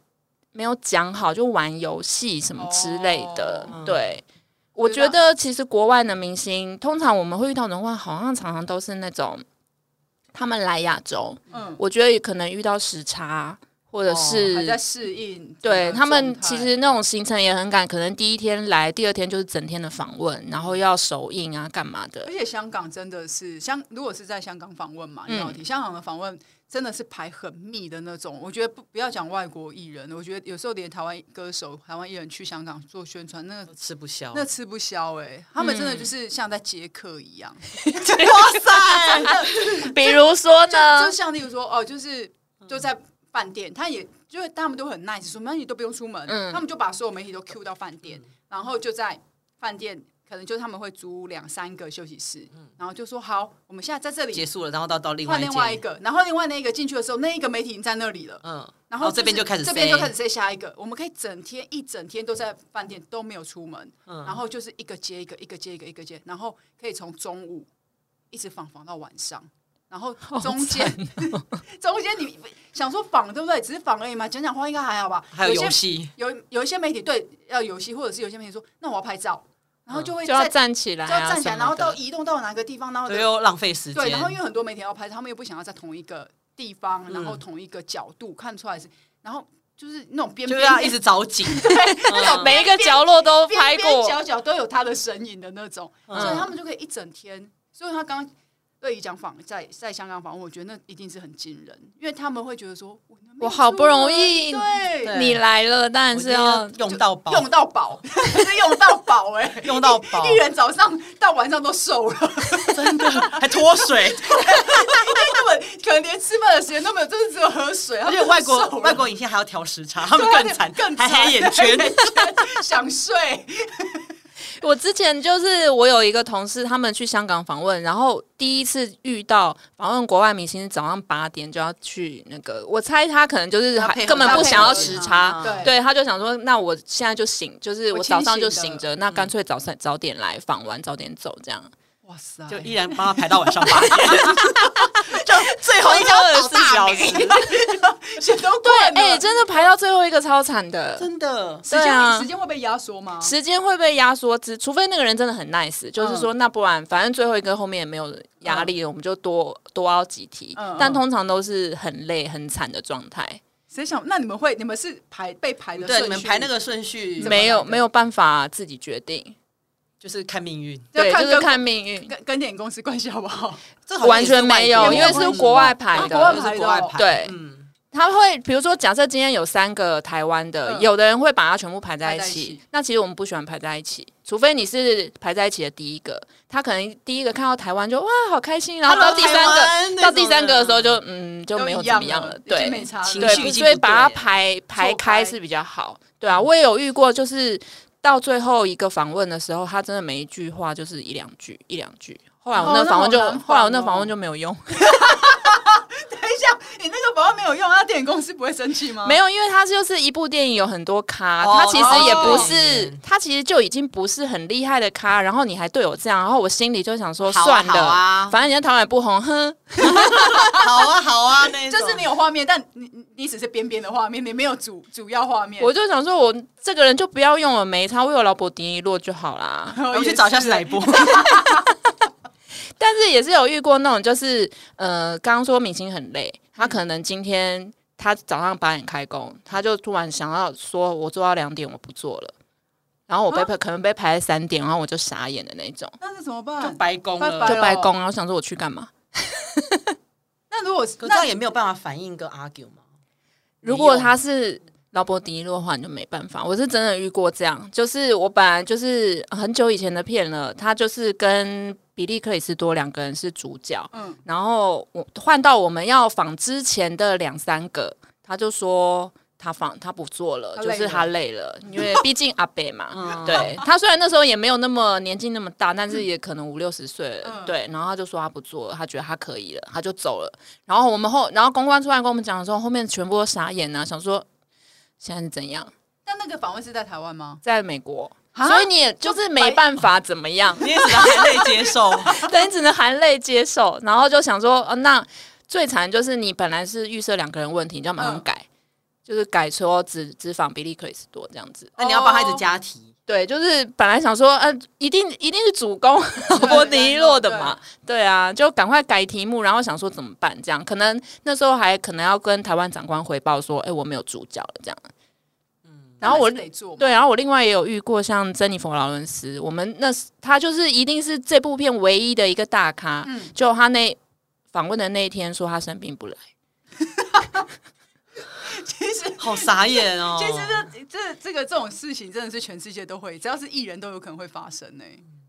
Speaker 3: 没有讲好，就玩游戏什么之类的
Speaker 1: 哦，
Speaker 3: 对。我觉得其实国外的明星，通常我们会遇到的话，好像常常都是那种他们来亚洲，
Speaker 2: 嗯，
Speaker 3: 我觉得也可能遇到时差，或者
Speaker 2: 哦还
Speaker 3: 是、
Speaker 2: 在适应这
Speaker 3: 对
Speaker 2: 个状态。
Speaker 3: 他们其实那种行程也很赶，可能第一天来，第二天就是整天的访问，然后要首映啊，干嘛的
Speaker 2: 而。且香港真的是香，如果是在香港访问嘛，
Speaker 3: 嗯
Speaker 2: 你要提、香港的访问真的是排很密的那种。我觉得不不要讲外国艺人，我觉得有时候连台湾歌手、台湾艺人去香港做宣传，
Speaker 3: 哦
Speaker 2: 那个
Speaker 1: 吃不消。
Speaker 2: 那吃不消哎、他们真
Speaker 3: 嗯
Speaker 2: 的就是像在接客一样，
Speaker 1: 哇塞，
Speaker 3: 比如说
Speaker 2: 就
Speaker 3: 呢
Speaker 2: 就，像例如说哦，就是就在饭店，他也就是他们都很 nice，说那你都不用出门，
Speaker 3: 嗯
Speaker 2: 他们就把所有媒体都 Q 到饭店，然后就在饭店。可能就是他们会租两三个休息室，然后就说好，我们现在在这里
Speaker 1: 结束了，然后到到另外
Speaker 2: 换另外一
Speaker 1: 间，
Speaker 2: 个，然后另外那一个进去的时候，那一个媒体已经在那里了，
Speaker 1: 嗯，
Speaker 2: 然后、
Speaker 1: 哦这边就开始
Speaker 2: 这边就
Speaker 1: say
Speaker 2: 开始塞下一个，我们可以整天一整天都在饭店都没有出门，
Speaker 1: 嗯
Speaker 2: 然后就是一个接一个，一个接一个，一个接，然后可以从中午一直访访到晚上，
Speaker 1: <laughs>
Speaker 2: 然后中间、 <laughs> 中间你想说访对不对？只是访而已嘛，讲讲话应该还好吧？
Speaker 1: 还有
Speaker 2: 些
Speaker 1: 游戏，
Speaker 2: 有有一些媒体对要游戏，或者是有些媒体说那我要拍照，然后就
Speaker 1: 嗯
Speaker 2: 会
Speaker 3: 就要
Speaker 2: 在
Speaker 3: 站起来、
Speaker 2: 就
Speaker 3: 啊，
Speaker 2: 要站起来，
Speaker 3: 什么的
Speaker 2: 然后到移动到哪个地方，然后
Speaker 1: 对，又浪费时间。
Speaker 2: 对，然后因为很多媒体要拍，他们又不想要在同一个地方，
Speaker 1: 嗯
Speaker 2: 然后同一个角度看出来是，然后就是那种边
Speaker 1: 就
Speaker 2: 边
Speaker 1: 要一直找景，嗯
Speaker 3: 每一个角落都拍
Speaker 2: 边边
Speaker 3: 过，
Speaker 2: 角角都有他的身影的那种，
Speaker 1: 嗯
Speaker 2: 所以他们就可以一整天。所以他刚刚对于讲访在在香港访问，我觉得那一定是很惊人，因为他们会觉得说，我能
Speaker 3: 我好不容易
Speaker 2: 对
Speaker 1: 对
Speaker 3: 你来了，当然
Speaker 1: 我
Speaker 3: 是
Speaker 1: 一定
Speaker 3: 要
Speaker 1: 要用到饱，
Speaker 2: 用到饱， <laughs> 是用到饱哎、
Speaker 1: <laughs>
Speaker 2: 欸，
Speaker 1: 用到饱
Speaker 2: 艺人早上到晚上都瘦了，
Speaker 1: <laughs> 真的还脱水，
Speaker 2: 他们可能连吃饭的时间都没有，就是只有喝水。他
Speaker 1: <laughs> 而
Speaker 2: 们
Speaker 1: 且外国
Speaker 2: 瘦了
Speaker 1: 外国影星还要调时差，他们
Speaker 2: 对啊
Speaker 1: 更惨，
Speaker 2: 更
Speaker 1: 还
Speaker 2: 惨
Speaker 1: 黑眼圈。
Speaker 2: 想睡，
Speaker 3: <laughs> 我之前就是我有一个同事，他们去香港访问，然后第一次遇到访问国外明星，早上八点就要去那个，我猜他可能就是
Speaker 1: 要
Speaker 3: 还
Speaker 1: 配合
Speaker 3: 根本
Speaker 1: 他
Speaker 3: 不
Speaker 1: 配
Speaker 3: 想
Speaker 1: 合
Speaker 3: 要
Speaker 1: 的
Speaker 3: 时
Speaker 1: 嘛
Speaker 3: 差
Speaker 1: 嗯，
Speaker 2: 对
Speaker 3: 对，他就想说，那我现在就醒，就是
Speaker 2: 我
Speaker 3: 我早上
Speaker 2: 清
Speaker 3: 就
Speaker 2: 醒
Speaker 3: 醒
Speaker 2: 的
Speaker 3: 着，那干脆早上早点来访完，早点走这样。
Speaker 2: 哇塞
Speaker 1: 就依然帮他排到晚上八点，就最后一天二十四小时，
Speaker 2: 现在都对
Speaker 3: 对，哎、真的排到最后一个超惨的，
Speaker 1: 真的
Speaker 2: 时
Speaker 3: 对啊
Speaker 2: 间时间会被压缩吗？
Speaker 3: 时间会被压缩之，除非那个人真的很 nice，就是说，那不然反正最后一个后面也没有压力，我们就多多凹几题。
Speaker 2: 嗯嗯
Speaker 3: 但通常都是很累很惨的状态，
Speaker 2: 谁想？那你们会？你们是排被排的？
Speaker 1: 对你们排那，个顺序
Speaker 2: 怎么
Speaker 3: 没有
Speaker 2: 来的
Speaker 3: 没有办法自己决定，
Speaker 1: 就是看命运，
Speaker 2: 要
Speaker 3: 对，
Speaker 2: 看
Speaker 3: 就是
Speaker 2: 跟
Speaker 3: 看命运，
Speaker 2: 跟跟电影公司关系好不好？
Speaker 1: 这好像
Speaker 3: 完
Speaker 1: 也是
Speaker 3: 全没
Speaker 1: 外
Speaker 3: 有，
Speaker 1: 国
Speaker 3: 因为是国外排
Speaker 2: 啊国外
Speaker 3: 的
Speaker 1: 就。
Speaker 2: 排
Speaker 1: 是国外
Speaker 2: 的哦
Speaker 1: 排，
Speaker 3: 对
Speaker 1: 嗯，
Speaker 3: 他会比如说，假设今天有三个台湾的，
Speaker 2: 嗯
Speaker 3: 有的人会把它全部排在一
Speaker 2: 排在一
Speaker 3: 起
Speaker 2: 起。
Speaker 3: 那其实我们不喜欢排在一起，除非你是排在一起的第一个，他可能第一个看到台湾就哇好开心，然后到第三个。
Speaker 1: 个
Speaker 3: 到第三个的时候就嗯就
Speaker 2: 都
Speaker 3: 没有
Speaker 2: 一
Speaker 3: 怎
Speaker 2: 样
Speaker 3: 么样
Speaker 2: 了
Speaker 3: 了，，
Speaker 2: 啊已经没
Speaker 3: 对
Speaker 2: 差了。
Speaker 1: 情绪
Speaker 3: 对，
Speaker 1: 已经
Speaker 3: 所以
Speaker 1: 不
Speaker 3: 把它
Speaker 1: 对了
Speaker 3: 排排
Speaker 2: 错
Speaker 3: 开
Speaker 2: 开
Speaker 3: 是比较好，对啊，我也有遇过，就是到最后一个访问的时候，他真的每一句话就是一两句一两句，后来我
Speaker 2: 哦
Speaker 3: 那
Speaker 2: 那
Speaker 3: 访问
Speaker 2: 好
Speaker 3: 就
Speaker 2: 难
Speaker 3: 后来我
Speaker 2: 访
Speaker 3: 那访
Speaker 2: 哦
Speaker 3: 问就没有用，
Speaker 2: 等一下，你那个保安没有用，那电影公司不会生气吗？
Speaker 3: 没有，因为它就是一部电影有很多咖，
Speaker 1: 哦
Speaker 3: 它其实也不
Speaker 1: 哦
Speaker 3: 是，它其实就已经不是很厉害的咖，然后你还对我这样，然后我心里就想说
Speaker 1: 好啊
Speaker 3: 算了，
Speaker 1: 好啊
Speaker 3: 反正人家台湾也不红，哼，
Speaker 1: <laughs> 好啊好啊，那一种
Speaker 2: 就是你有画面，但你你你只是边边的画面，你没有主主要画面。
Speaker 3: 我就想说我这个人就不要用了，没差，我有劳勃迪尼洛就好啦。
Speaker 1: 我去找一下是哪一部，
Speaker 3: 但是也是有遇过那种，就是呃，刚刚说明星很累，他可能今天他早上八点开工，他就突然想要说，我做到两点我不做了，然后我被、可能被排在三点，然后我就傻眼的那种，
Speaker 2: 那是怎么
Speaker 1: <laughs>
Speaker 2: 办？
Speaker 1: 白宫
Speaker 2: 拜
Speaker 3: 就
Speaker 2: 拜
Speaker 3: 白宫，然后想说我去干嘛？
Speaker 2: 那如果
Speaker 1: 可这
Speaker 2: 那
Speaker 1: 样也没有办法反映跟 argue 嘛。
Speaker 3: 如果他是劳勃迪洛的话，你就没办法。我是真的遇过这样，就是我本来就是很久以前的片了，他就是跟比利克里斯多两个人是主角，
Speaker 2: 嗯
Speaker 3: 然后我换到我们要访之前的两三个，他就说。他访他不做了，
Speaker 2: 他
Speaker 3: 就
Speaker 2: 累
Speaker 3: 是
Speaker 2: 了
Speaker 3: 他累了，因
Speaker 2: <laughs>
Speaker 3: 为毕竟阿北嘛，
Speaker 1: 嗯
Speaker 3: 对他虽然那时候也没有那么年纪那么大，但是也可能五六十岁了，
Speaker 2: 嗯
Speaker 3: 对。然后他就说他不做了，他觉得他可以了，他就走了。然后我们后，然后公关出来跟我们讲的时候，后面全部都傻眼啊，想说现在是怎样，
Speaker 2: 但那个访问是在台湾吗？
Speaker 3: 在美国。
Speaker 2: 啊
Speaker 3: 所以你也就是没办法怎么样，
Speaker 1: 你也只能含泪接受，
Speaker 3: 对，你只能含泪接受，然后就想说，呃、那最惨就是你本来是预设两个人问题，你就要马上
Speaker 2: 嗯
Speaker 3: 改，就是改说只只访比利克里斯多这样子，
Speaker 2: 哦
Speaker 1: 那你要帮他一直加题，
Speaker 3: 对，就是本来想说，呃，一定一定是主 <laughs> 攻劳勃迪洛的嘛，对啊，就赶快改题目，然后想说怎么办？这样可能那时候还可能要跟台湾长官回报说，哎、我没有主角了这样。然后我
Speaker 2: 得做嘛，
Speaker 3: 对，然后我另外也有遇过像珍妮佛劳伦斯，我们那时他就是一定是这部片唯一的一个大咖，
Speaker 2: 嗯
Speaker 3: 就他那访问的那一天说他生病不来，
Speaker 2: 其实。
Speaker 1: 好傻眼哦！
Speaker 2: 其实这这这个这种事情真的是全世界都会，只要是艺人都有可能会发生欸呢、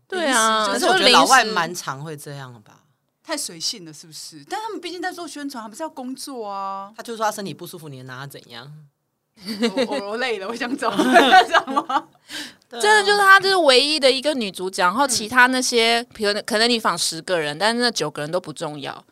Speaker 3: 对啊，
Speaker 1: 可
Speaker 2: 临时
Speaker 1: 是
Speaker 2: 就
Speaker 1: 我
Speaker 3: 就
Speaker 1: 觉
Speaker 3: 临
Speaker 1: 得老外
Speaker 3: 时
Speaker 1: 蛮常会这样吧。。
Speaker 2: 太随性了是不是？但他们毕竟在做宣传，还不是要工作啊
Speaker 1: 他就说他身体不舒服，你能拿他怎样？
Speaker 2: 我我我累了， <laughs> 我想走，知道吗？
Speaker 1: 啊
Speaker 3: 真的就是她，就是唯一的一个女主角。
Speaker 1: 嗯
Speaker 3: 然后其他那些，比如可能你访十个人，但是那九个人都不重要，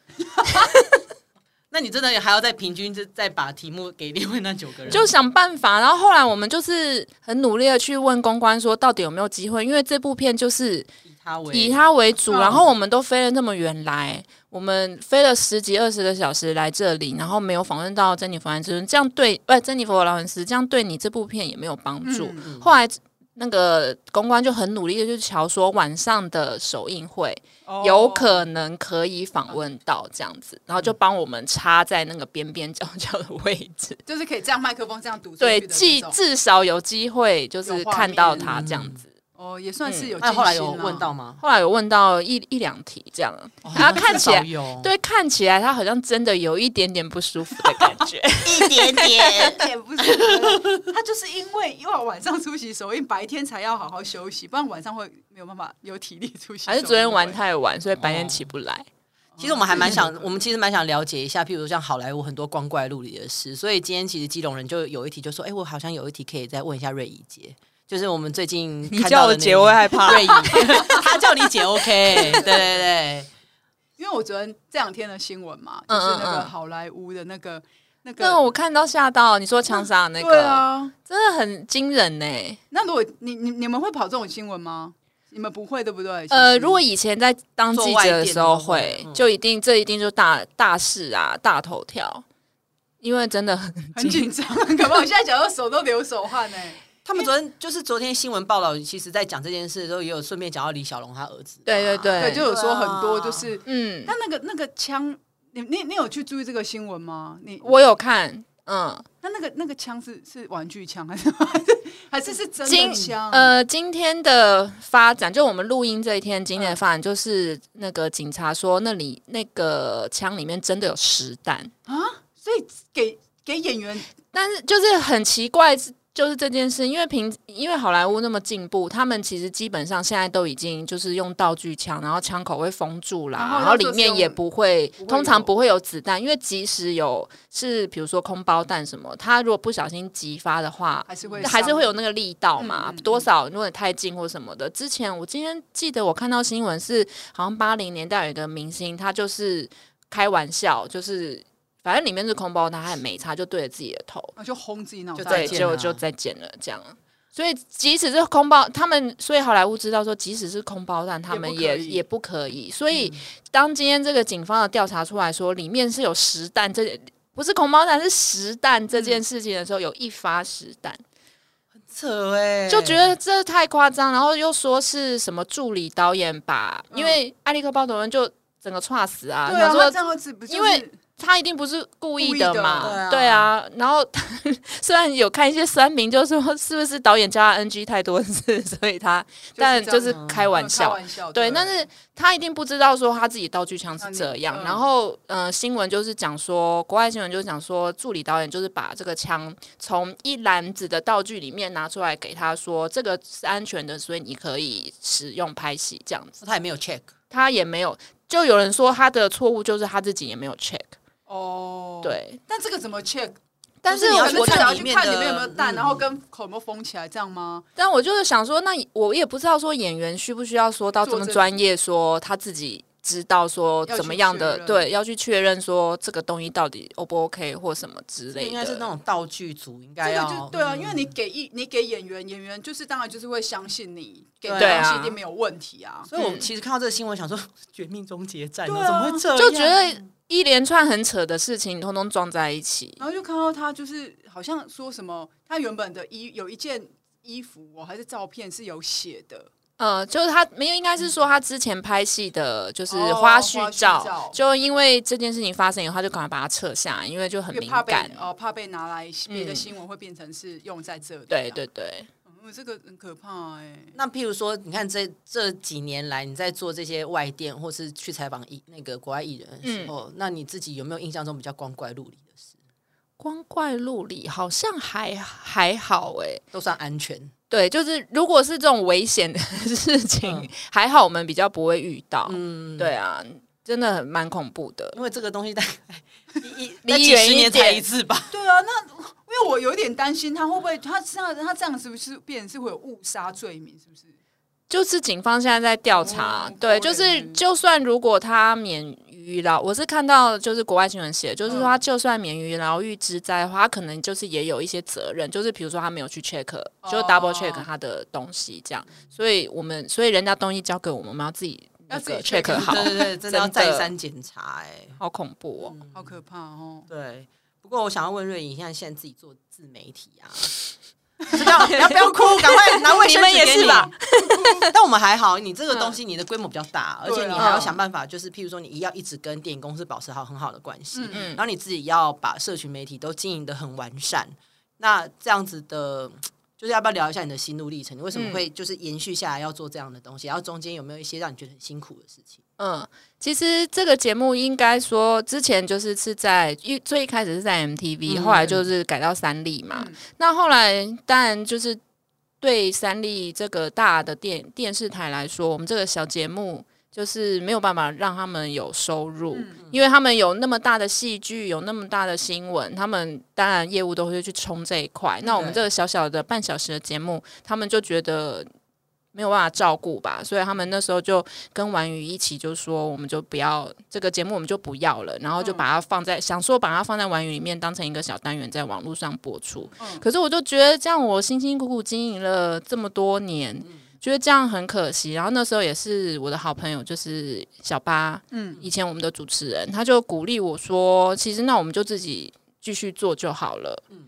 Speaker 1: 那你真的还要再平均，就再把题目给另外那九个人，
Speaker 3: 就想办法。然后后来我们就是很努力的去问公关说，到底有没有机会？因为这部片就是
Speaker 1: 以他为
Speaker 3: 以她为主，
Speaker 2: 嗯
Speaker 3: 然后我们都飞了那么远来，我们飞了十几二十个小时来这里，然后没有访问到珍妮佛·安斯，这样对不、珍妮佛·劳伦斯，这样对你这部片也没有帮助。
Speaker 2: 嗯
Speaker 3: 后来那个公关就很努力的去瞧说晚上的首映会。
Speaker 2: 哦
Speaker 3: 有可能可以访问到这样子，然后
Speaker 2: 嗯
Speaker 3: 就帮我们插在那个边边角角的位置，
Speaker 2: 就是可以这样麦克风这样读出
Speaker 3: 对
Speaker 2: 去，的
Speaker 3: 至
Speaker 2: 那种
Speaker 3: 至少有机会就是看到
Speaker 1: 嗯
Speaker 3: 他这样子。
Speaker 2: 哦，也算
Speaker 3: 嗯
Speaker 2: 是有、
Speaker 1: 那后来有问到，吗？
Speaker 3: 后来有问到一一两题这样，然后看起来
Speaker 1: 哦至少。有
Speaker 3: 对，看起来他好像真的有一点点不舒服的感
Speaker 1: <laughs>
Speaker 3: 觉，
Speaker 1: 一
Speaker 3: <laughs>
Speaker 1: 点点。
Speaker 2: 也哎不是，他就是因为要晚上出席首映，白天才要好好休息，不然晚上会没有办法有体力出席首
Speaker 3: 还
Speaker 2: 映会。
Speaker 3: 是昨天玩太晚，所以白
Speaker 1: 哦
Speaker 3: 天起不来。
Speaker 1: 其实我们还蛮
Speaker 3: 嗯
Speaker 1: 想，我们其实蛮想了解一下，譬如像好莱坞很多光怪陆离的事，所以今天其实基隆人就有一题就说，哎、我好像有一题可以再问一下瑞怡姐，就是我们最近看到的那
Speaker 3: 姐我会害怕
Speaker 1: 瑞怡，她叫你姐 OK，对对对，
Speaker 2: 因为我昨天这两天的新闻嘛，就
Speaker 3: 嗯
Speaker 2: 是那
Speaker 3: 嗯
Speaker 2: 个
Speaker 3: 嗯
Speaker 2: 好莱坞的那个那
Speaker 3: 那
Speaker 2: 个，
Speaker 3: 我看到吓到，你说枪杀的那个，
Speaker 2: 对啊。
Speaker 3: 真的很惊人呢、
Speaker 2: 那如果你你你们会跑这种新闻吗？你们不会对不对？
Speaker 3: 呃，
Speaker 2: 其实
Speaker 3: 如果以前在当记者的时候会
Speaker 1: 做外电的话，嗯
Speaker 3: 就一定这一定就大大事啊，大头条，因为真的很
Speaker 2: 很
Speaker 3: <laughs>
Speaker 2: 紧张，很可怕。我现在讲到手都流手汗呢、
Speaker 1: 他们昨天就是昨天新闻报道，其实在讲这件事的时候，也有顺便讲到李小龙他儿子，
Speaker 3: 对对对，
Speaker 2: 对，就有说
Speaker 1: 对啊
Speaker 2: 很多就是，
Speaker 3: 嗯，
Speaker 2: 但那个那个枪，你你你有去注意这个新闻吗？你
Speaker 3: 我有看，嗯，
Speaker 2: 那那个那个枪是是玩具枪还是 <laughs> 还是是真
Speaker 3: 今
Speaker 2: 的枪？
Speaker 3: 呃，今天的发展就我们录音这一天，今天的发展就是那个警察说那里那个枪里面真的有实弹，
Speaker 2: 所以给给演员
Speaker 3: 但是就是很奇怪，就是这件事，因为平因为好莱坞那么进步，他们其实基本上现在都已经就是用道具枪，然后枪口会封住啦，
Speaker 2: 然
Speaker 3: 然
Speaker 2: 后
Speaker 3: 后
Speaker 2: 那
Speaker 3: 里
Speaker 2: 就是
Speaker 3: 面
Speaker 2: 用
Speaker 3: 也不会，
Speaker 2: 不会
Speaker 3: 通常
Speaker 2: 有
Speaker 3: 不会有子弹，因为即使有是比如说空包弹什么，它如果不小心击发的话。
Speaker 2: 还是会
Speaker 3: 还是
Speaker 2: 伤
Speaker 3: 会有那个力道嘛，
Speaker 2: 嗯嗯嗯
Speaker 3: 多少如果你太近或什么的。之前我今天记得我看到新闻是，好像八零年代有一个明星，他就是开玩笑，就是反正里面是空包弹，他也没擦，就对着自己的头，
Speaker 2: 啊就啊轰自己脑
Speaker 1: 就
Speaker 2: 袋
Speaker 3: 对，
Speaker 1: 再见
Speaker 3: 就
Speaker 1: 了
Speaker 3: 就再见了这样。所以即使是空包，他们所以好莱坞知道说，即使是空包弹，他们
Speaker 2: 也不
Speaker 3: 也
Speaker 2: 可以嗯
Speaker 3: 也不可以。所以当今天这个警方的调查出来说，里面是有实弹这。不是空包弹，是实弹
Speaker 2: 嗯
Speaker 3: 这件事情的时候，有一发实弹，
Speaker 1: 扯
Speaker 2: 欸
Speaker 1: 哎、
Speaker 3: 就觉得这太夸张，然后又说是什么助理导演把，因为艾利克鲍德温就整个岔死啊，
Speaker 2: 嗯对
Speaker 3: 他
Speaker 2: 啊，
Speaker 3: 说
Speaker 2: 他这样子不就是
Speaker 3: 因为他一定不是故意的嘛，
Speaker 2: 故意
Speaker 1: 的对
Speaker 3: 对
Speaker 1: 啊
Speaker 3: 啊。然后 <laughs> 虽然有看一些酸民，就说是不是导演教他 NG 太多次，所以他但
Speaker 2: 这样
Speaker 3: 就是嗯
Speaker 1: 啊
Speaker 3: 开玩
Speaker 2: 开
Speaker 3: 笑。
Speaker 2: 玩笑
Speaker 3: 对，但是他一定不知道说他自己道具枪是这
Speaker 2: 啊
Speaker 3: 样。
Speaker 2: 你嗯
Speaker 3: 然后，呃，新闻就是讲说，国外新闻就是讲说，助理导演就是把这个枪从一篮子的道具里面拿出来给他说，这个是安全的，所以你可以使用拍戏这样子。
Speaker 1: 他也没有 check，
Speaker 3: 他也没有，就有人说他的错误就是他自己也没有 check。
Speaker 2: 哦，，
Speaker 3: 对，
Speaker 2: 但这个怎么 check？
Speaker 3: 但
Speaker 1: 就是是你
Speaker 3: 我
Speaker 1: 要
Speaker 2: 可
Speaker 1: 去
Speaker 2: 是
Speaker 1: 我
Speaker 2: 至
Speaker 1: 看
Speaker 2: 少要
Speaker 1: 里
Speaker 2: 去
Speaker 1: 面
Speaker 2: 看里
Speaker 1: 的
Speaker 2: 面有没嗯有蛋，
Speaker 1: 嗯
Speaker 2: 然后跟口有没有封起来，这样吗？
Speaker 3: 但我就是想说，那我也不知道说演员需不需要说到这么
Speaker 2: 做这
Speaker 3: 专业，说他自己知道说
Speaker 2: 要去
Speaker 3: 怎么样
Speaker 2: 确
Speaker 3: 的，
Speaker 2: 认
Speaker 3: 对，要去确认说这个东西到底 O 不 OK 或什么之类的。
Speaker 1: 应该是那种道具组应该
Speaker 2: 这个
Speaker 1: 要
Speaker 2: 就对啊，
Speaker 1: 嗯
Speaker 2: 因为你给艺，你给演员，演员就是当然就是会相信你给的
Speaker 1: 对
Speaker 2: 东
Speaker 1: 啊
Speaker 2: 西一定没有问题啊。
Speaker 1: 所以我
Speaker 3: 嗯
Speaker 1: 其实看到这个新闻，想说《绝命终结战》
Speaker 2: 对
Speaker 1: 哦
Speaker 2: 啊
Speaker 1: 怎么会这样？
Speaker 3: 就觉得一连串很扯的事情，通通撞在一起。
Speaker 2: 然后就看到他就是好像说什么，他原本的衣有一件衣服哦还是照片是有写的，
Speaker 3: 呃，就是他没有，应该是说他之前拍戏的，就是
Speaker 2: 哦
Speaker 3: 花
Speaker 2: 花
Speaker 3: 絮
Speaker 2: 絮
Speaker 3: 照，
Speaker 2: 照
Speaker 3: 就因为这件事情发生以后，他就赶快把它撤下，因为就很
Speaker 2: 因为
Speaker 3: 敏
Speaker 2: 怕被
Speaker 3: 感。
Speaker 2: 哦怕被拿来别的
Speaker 3: 嗯
Speaker 2: 新闻会变成是用在这里、
Speaker 3: 对，对对，
Speaker 2: 嗯，这个很可怕哎、
Speaker 1: 那譬如说，你看这这几年来，你在做这些外电或是去采访艺那个国外艺人的时候，那你自己有没有印象中比较光怪陆离的事？
Speaker 3: 光怪陆离好像还还好哎、
Speaker 1: 都算安全，
Speaker 3: 对，就是如果是这种危险的 <laughs> 事情，
Speaker 1: 嗯
Speaker 3: 还好我们比较不会遇到。
Speaker 1: 嗯，
Speaker 3: 对啊，真的很蛮恐怖的。
Speaker 1: 因为这个东西大概 <laughs> 一一
Speaker 3: 离
Speaker 1: 那几
Speaker 3: 远
Speaker 1: 十
Speaker 3: 一
Speaker 1: 年才
Speaker 3: 点
Speaker 1: 一次吧。
Speaker 2: 对啊，那因为我有一点担心他会不会他这样他这样是不是变成是会有误杀罪名？是不是？
Speaker 3: 就是警方现在在调查，
Speaker 2: 哦
Speaker 3: 对，
Speaker 2: 高
Speaker 3: 就
Speaker 2: 人
Speaker 3: 是
Speaker 2: 呢
Speaker 3: 就算如果他免于牢，我是看到就是国外新闻写，就是说
Speaker 2: 嗯
Speaker 3: 他就算免于牢狱之灾的话，他可能就是也有一些责任，就是比如说他没有去 check，就
Speaker 2: 哦
Speaker 3: double check 他的东西这样，所以我们所以人家东西交给我们，我们要自己那
Speaker 2: 要自己
Speaker 3: 个
Speaker 2: check
Speaker 3: check 好
Speaker 1: 对，对对，真的要
Speaker 3: 真的
Speaker 1: 再三检查哎、
Speaker 3: 好恐怖哦。
Speaker 2: 好可怕哦！
Speaker 1: 对，不过我想要问瑞颖，像现在自己做自媒体
Speaker 3: <laughs>
Speaker 1: 啊，不要不要不要哭，赶快拿卫生纸
Speaker 3: 你们也
Speaker 1: 给
Speaker 3: 是吧？
Speaker 1: <laughs>
Speaker 3: 嗯
Speaker 1: 但我们还好，你这个东西你的规模比较大，而且
Speaker 2: 对
Speaker 1: 你
Speaker 2: 啊
Speaker 1: 还要想办法，就是譬如说你要一直跟电影公司保持好很好的关系，
Speaker 2: 嗯
Speaker 1: 然后你自己要把社群媒体都经营的很完善，那这样子的。就是要不要聊一下你的心路历程？你为什么
Speaker 3: 嗯
Speaker 1: 会就是延续下来要做这样的东西？然后中间有没有一些让你觉得很辛苦的事情？
Speaker 3: 嗯，其实这个节目应该说之前就是是在一最一开始是在 MTV，、
Speaker 1: 嗯
Speaker 3: 后来就是改到三立嘛。那后来当然就是对三立这个大的电电视台来说，我们这个小节目就是没有办法让他们有收入，因为他们有那么大的戏剧，有那么大的新闻，他们当然业务都会去冲这一块。那我们
Speaker 1: 对
Speaker 3: 这个小小的半小时的节目，他们就觉得。没有办法照顾吧，所以他们那时候就跟婉瑜一起就说，我们就不要这个节目，我们就不要了，然后就把它放在、想说把它放在婉瑜里面当成一个小单元，在网络上播出。可是我就觉得这样，我辛辛苦苦经营了这么多年，觉得这样很可惜。然后那时候也是我的好朋友，就是小八，嗯，以前我们的主持人，他就鼓励我说，其实那我们就自己继续做就好了，嗯，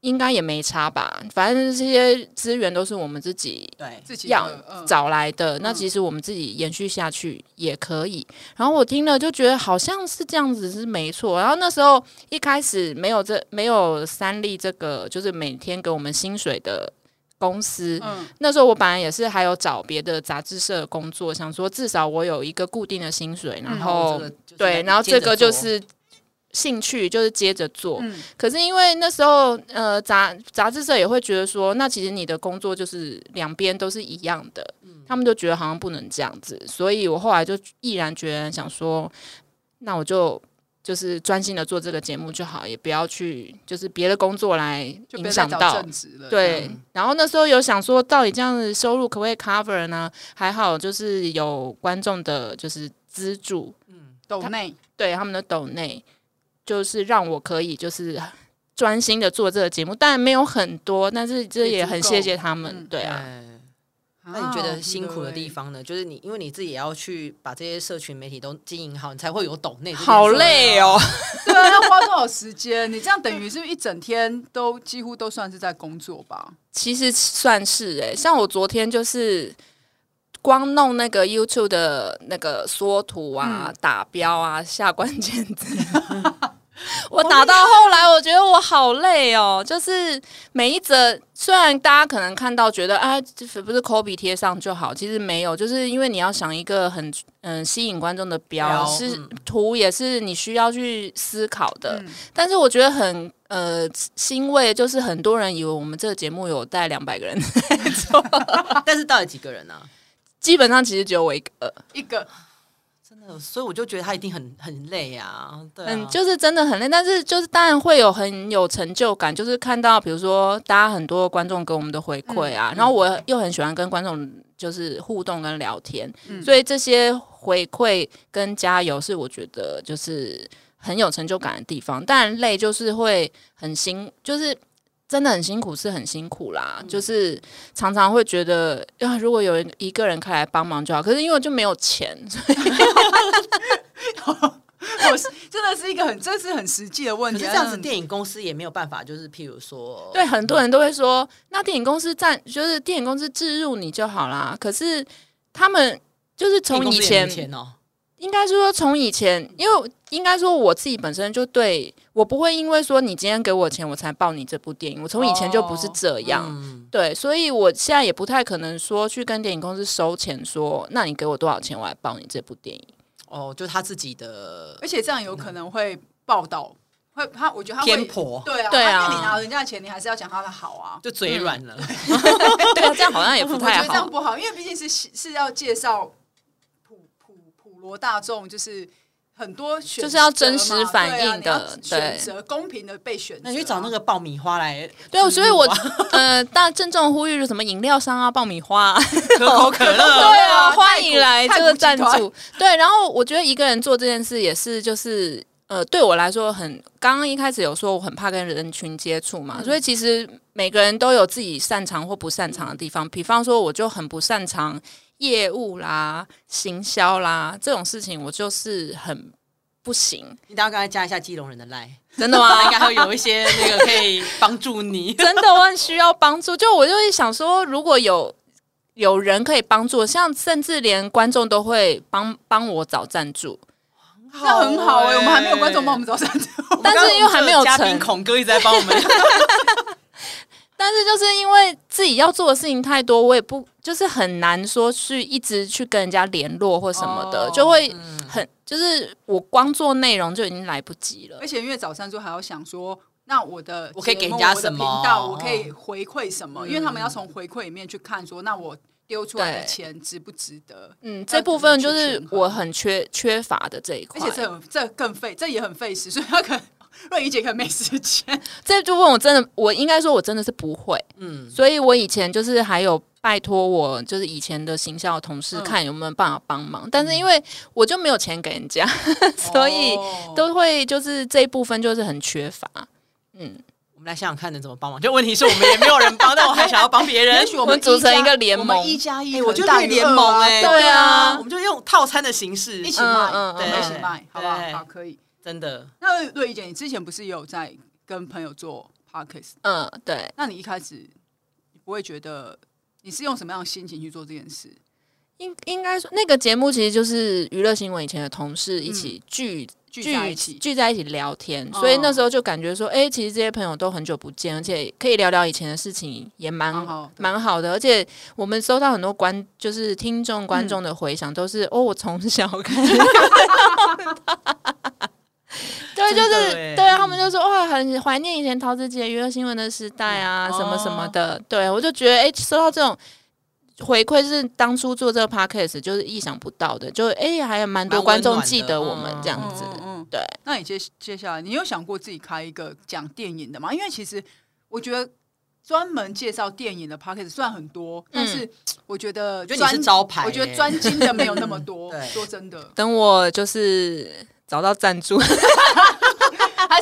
Speaker 3: 应该也没差吧，反正这些资源都是我们自己
Speaker 1: 对，
Speaker 2: 自己
Speaker 3: 要
Speaker 2: 的嗯
Speaker 3: 找来的，那其实我们自己延续下去也可以。然后我听了就觉得好像是这样子是没错。然后那时候一开始没有这没有三立这个就是每天给我们薪水的公司，
Speaker 2: 嗯
Speaker 3: 那时候我本来也是还有找别的杂志社的工作，想说至少我有一个固定的薪水，
Speaker 2: 嗯
Speaker 3: 然后、
Speaker 1: 这个就是
Speaker 3: 哦对，然后
Speaker 1: 接着
Speaker 3: 这个就
Speaker 1: 做
Speaker 3: 是兴趣，就是接着做。
Speaker 2: 嗯
Speaker 3: 可是因为那时候，呃，杂杂志社也会觉得说，那其实你的工作就是两边都是一样的，
Speaker 2: 嗯
Speaker 3: 他们就觉得好像不能这样子，所以我后来就毅然决然想说，那我就就是专心的做这个节目就好，也不要去就是别的工作来
Speaker 2: 就不
Speaker 3: 影
Speaker 2: 要再
Speaker 3: 响
Speaker 2: 找
Speaker 3: 到
Speaker 2: 正职了。
Speaker 1: 嗯
Speaker 3: 对，然后那时候有想说，到底这样子收入可不可以 cover 呢？还好就是有观众的，就是资助，
Speaker 2: 抖内
Speaker 3: 对他们的抖内，就是让我可以就是专心的做这个节目，当然没有很多，但是这也很谢谢他
Speaker 2: 也足
Speaker 3: 们。
Speaker 2: 够嗯
Speaker 3: 对啊，
Speaker 1: 哎
Speaker 2: 啊
Speaker 1: 那你觉得辛苦的地？方呢？就是你，因为你自己也要去把这些社群媒体都经营好，你才会有抖内。
Speaker 3: 好累哦，
Speaker 2: 我觉得欸对啊，要花多少时间？你这样等于是不是一整天都几乎都算是在工作吧？
Speaker 3: <laughs> 其实算是哎、像我昨天就是。光弄那个 YouTube 的那个缩图啊、打标啊、 <laughs> 下关键 <laughs> 字，我打到后来，我觉得我好累哦。就是每一则，虽然大家可能看到觉得啊，这不是抠笔贴上就好，其实没有，就是因为你要想一个很嗯、吸引观众的标，
Speaker 1: 标
Speaker 3: 是
Speaker 1: 嗯
Speaker 3: 图也是你需要去思考的。但是我觉得很呃欣慰，就是很多人以为我们这个节目有带两百个人，
Speaker 1: <laughs>
Speaker 3: <laughs>
Speaker 1: 但是到底几个人呢、 <laughs> 啊？
Speaker 3: 基本上其实只有我一个，
Speaker 2: 一个
Speaker 1: 真的，呃所以我就觉得他一定很很累啊。对啊
Speaker 3: 嗯，就是真的很累，但是就是当然会有很有成就感，就是看到比如说大家很多观众给我们的回
Speaker 1: 嗯
Speaker 3: 馈啊，然后我又很喜欢跟观众就是互动跟聊天，
Speaker 1: 嗯
Speaker 3: 所以这些回馈跟加油是我觉得就是很有成就感的地方。当然累就是会很辛，就是。真的很辛苦，是很辛苦啦。
Speaker 1: 嗯
Speaker 3: 就是常常会觉得，呀、如果有一个人可以来帮忙就好。可是因为我就没有钱，
Speaker 2: 我是真的是一个个很，这是很实际的问
Speaker 1: 可
Speaker 2: 题。啊
Speaker 1: 是这样子，电影公司也没有办法，就是譬如说，
Speaker 3: 对，很多人都会说，那电影公司占就是电影公司置入你就好啦。可是他们就是从以前
Speaker 1: 前，前哦，
Speaker 3: 应该是说从以前，因为应该说我自己本身就对我不会因为说你今天给我钱我才报你这部电影，我从以前就不是这样。
Speaker 1: 嗯，
Speaker 3: 对，所以我现在也不太可能说去跟电影公司收钱说那你给我多少钱，我来报你这部电影。
Speaker 1: 哦，就他自己的
Speaker 2: 而且这样有可能会报道，会他，我觉得他会
Speaker 1: 偏颇，
Speaker 2: 对啊，
Speaker 3: 对啊
Speaker 2: 因为你拿人家的钱，你还是要讲他的好啊。
Speaker 1: 就嘴软了。
Speaker 3: 对啊，这样好像也不 <laughs>
Speaker 2: 我觉
Speaker 3: 太
Speaker 2: 得这样
Speaker 3: 好。
Speaker 2: 不好，因为毕竟是是要介绍普普普罗大众，就是很多选择嘛
Speaker 3: 就是要真实反映
Speaker 2: 对啊
Speaker 3: 的
Speaker 2: 你要选择公平的被选择。啊
Speaker 1: 那你去找那个爆米花来，
Speaker 3: <laughs> 对，所以我 <laughs> 呃，大郑重呼吁什么饮料商啊、爆米花、啊，
Speaker 1: 可口可乐，
Speaker 3: <laughs> 对
Speaker 2: 啊
Speaker 3: 啊，欢
Speaker 2: 太古
Speaker 3: 迎来
Speaker 2: 太
Speaker 3: 这
Speaker 2: 古
Speaker 3: 个
Speaker 2: 集
Speaker 3: 赞
Speaker 2: 团
Speaker 3: 助。 <laughs> 对，然后我觉得一个人做这件事也是，就是呃，对我来说很，刚刚一开始有说我很怕跟人群接触嘛，
Speaker 2: 嗯
Speaker 3: 所以其实每个人都有自己擅长或不擅长的地方。比方说，我就很不擅长业务啦、行销啦这种事情，我就是很不行。
Speaker 1: 你等下刚才加一下基隆人的赖，
Speaker 3: 真的
Speaker 2: <laughs>
Speaker 3: 吗？。
Speaker 1: <laughs> 应该会有一些那个可以帮助你
Speaker 3: 真的我很需要帮助。就我就会想说，如果有有人可以帮助，像甚至连观众都会帮帮我找赞助，
Speaker 2: 那很好哎、我们还没有观众帮我们找赞助，
Speaker 1: 欸
Speaker 3: 但是因为还没有
Speaker 1: 嘉宾
Speaker 3: 成，
Speaker 1: 孔哥一直在帮我
Speaker 2: <laughs>
Speaker 1: 们，
Speaker 3: 但是就是因为自己要做的事情太多，我也不就是很难说去一直去跟人家联络或什么的，
Speaker 2: 哦
Speaker 3: 就会很就是我光做内容就已经来不及了
Speaker 2: <laughs> 而。且因为找赞助还要想说。那我的
Speaker 1: 我可以
Speaker 2: 节
Speaker 1: 给
Speaker 2: 目
Speaker 1: 人家
Speaker 2: 我的
Speaker 1: 什么
Speaker 2: 频道，我可以回馈什么？因为他们要从回馈里面去看说那我丢出来的
Speaker 3: 对
Speaker 2: 钱值不值得？
Speaker 3: 嗯，这部分就
Speaker 2: 要怎么去
Speaker 3: 是
Speaker 2: 平衡
Speaker 3: 我很缺缺乏的这一
Speaker 2: 而
Speaker 3: 块。
Speaker 2: 且这很这更费，这也很费时，所以他可能瑞怡姐可能没时间。
Speaker 3: 这部分我真的，我应该说，我真的是不会。
Speaker 1: 嗯
Speaker 3: 嗯，所以我以前就是还有拜托我，就是以前的行销同事
Speaker 2: 嗯
Speaker 3: 看有没有办法帮忙，但是因为我就没有钱给人家， <laughs> 所以
Speaker 2: 哦
Speaker 3: 都会就是这一部分就是很缺乏。嗯，
Speaker 1: 我们来想想看能怎么帮忙。就问题是我们也没有人帮，但我还想要帮别
Speaker 2: <laughs>
Speaker 1: 人
Speaker 2: 也。许
Speaker 3: 我
Speaker 2: 我们
Speaker 3: 们组
Speaker 2: 一加
Speaker 3: 成一个联盟
Speaker 2: 我们一加一，
Speaker 1: 哎我觉得
Speaker 2: 大
Speaker 1: 可
Speaker 2: 于
Speaker 1: 以联
Speaker 2: 二
Speaker 1: 盟
Speaker 2: 啊
Speaker 1: 哎
Speaker 2: 对
Speaker 3: 对啊
Speaker 1: 我们就用套餐的形式，
Speaker 2: 一起卖，
Speaker 3: 嗯嗯嗯
Speaker 1: 嗯
Speaker 2: 对，一起卖，好不好？
Speaker 1: 对
Speaker 2: 好，可以。
Speaker 1: 真的
Speaker 2: 那瑞怡姐，你之前不是也有在跟朋友做 podcast？
Speaker 3: 嗯，对，
Speaker 2: 那你一开始你不会觉得你是用什么样的心情去做这件事？
Speaker 3: 应应该说那个节目其实就是娱乐新闻以前的同事一起聚
Speaker 2: 聚在一起，
Speaker 3: 聚在一起聊天，
Speaker 2: 哦
Speaker 3: 所以那时候就感觉说，哎、其实这些朋友都很久不见，而且可以聊聊以前的事情，也蛮
Speaker 2: 蛮好的
Speaker 3: 蛮好的。而且我们收到很多观，就是听
Speaker 2: 嗯
Speaker 3: 众观众的回响，都是、哦，我从小看
Speaker 2: <laughs>
Speaker 3: 对，就
Speaker 1: 真的
Speaker 3: 是
Speaker 2: 欸
Speaker 1: 耶
Speaker 3: 对啊
Speaker 2: 嗯
Speaker 3: 他们就说哇，很怀念以前桃子姐娱乐新闻的时代啊，
Speaker 1: 嗯
Speaker 3: 什么什
Speaker 2: 哦
Speaker 3: 么的。对我就觉得，哎、收到这种回馈是当初做这个 podcast 就是意想不到的，就哎、还有蛮多
Speaker 1: 蛮温
Speaker 3: 观众
Speaker 1: 暖的
Speaker 3: 记得我们
Speaker 1: 嗯
Speaker 3: 这样
Speaker 2: 嗯
Speaker 3: 子。
Speaker 2: 嗯嗯。
Speaker 3: 对，
Speaker 2: 那你接接下来，你有想过自己开一个讲电影的吗？因为其实我觉得。专门介绍电影的 podcast 虽然很多，但是我觉得
Speaker 1: 我觉得你
Speaker 2: 专
Speaker 1: 是招牌欸
Speaker 2: 我觉得
Speaker 1: 耶
Speaker 2: 专精的没有那么多
Speaker 1: 对。
Speaker 2: 说真的，
Speaker 3: 等我就是找到赞 <laughs> 助，
Speaker 2: 还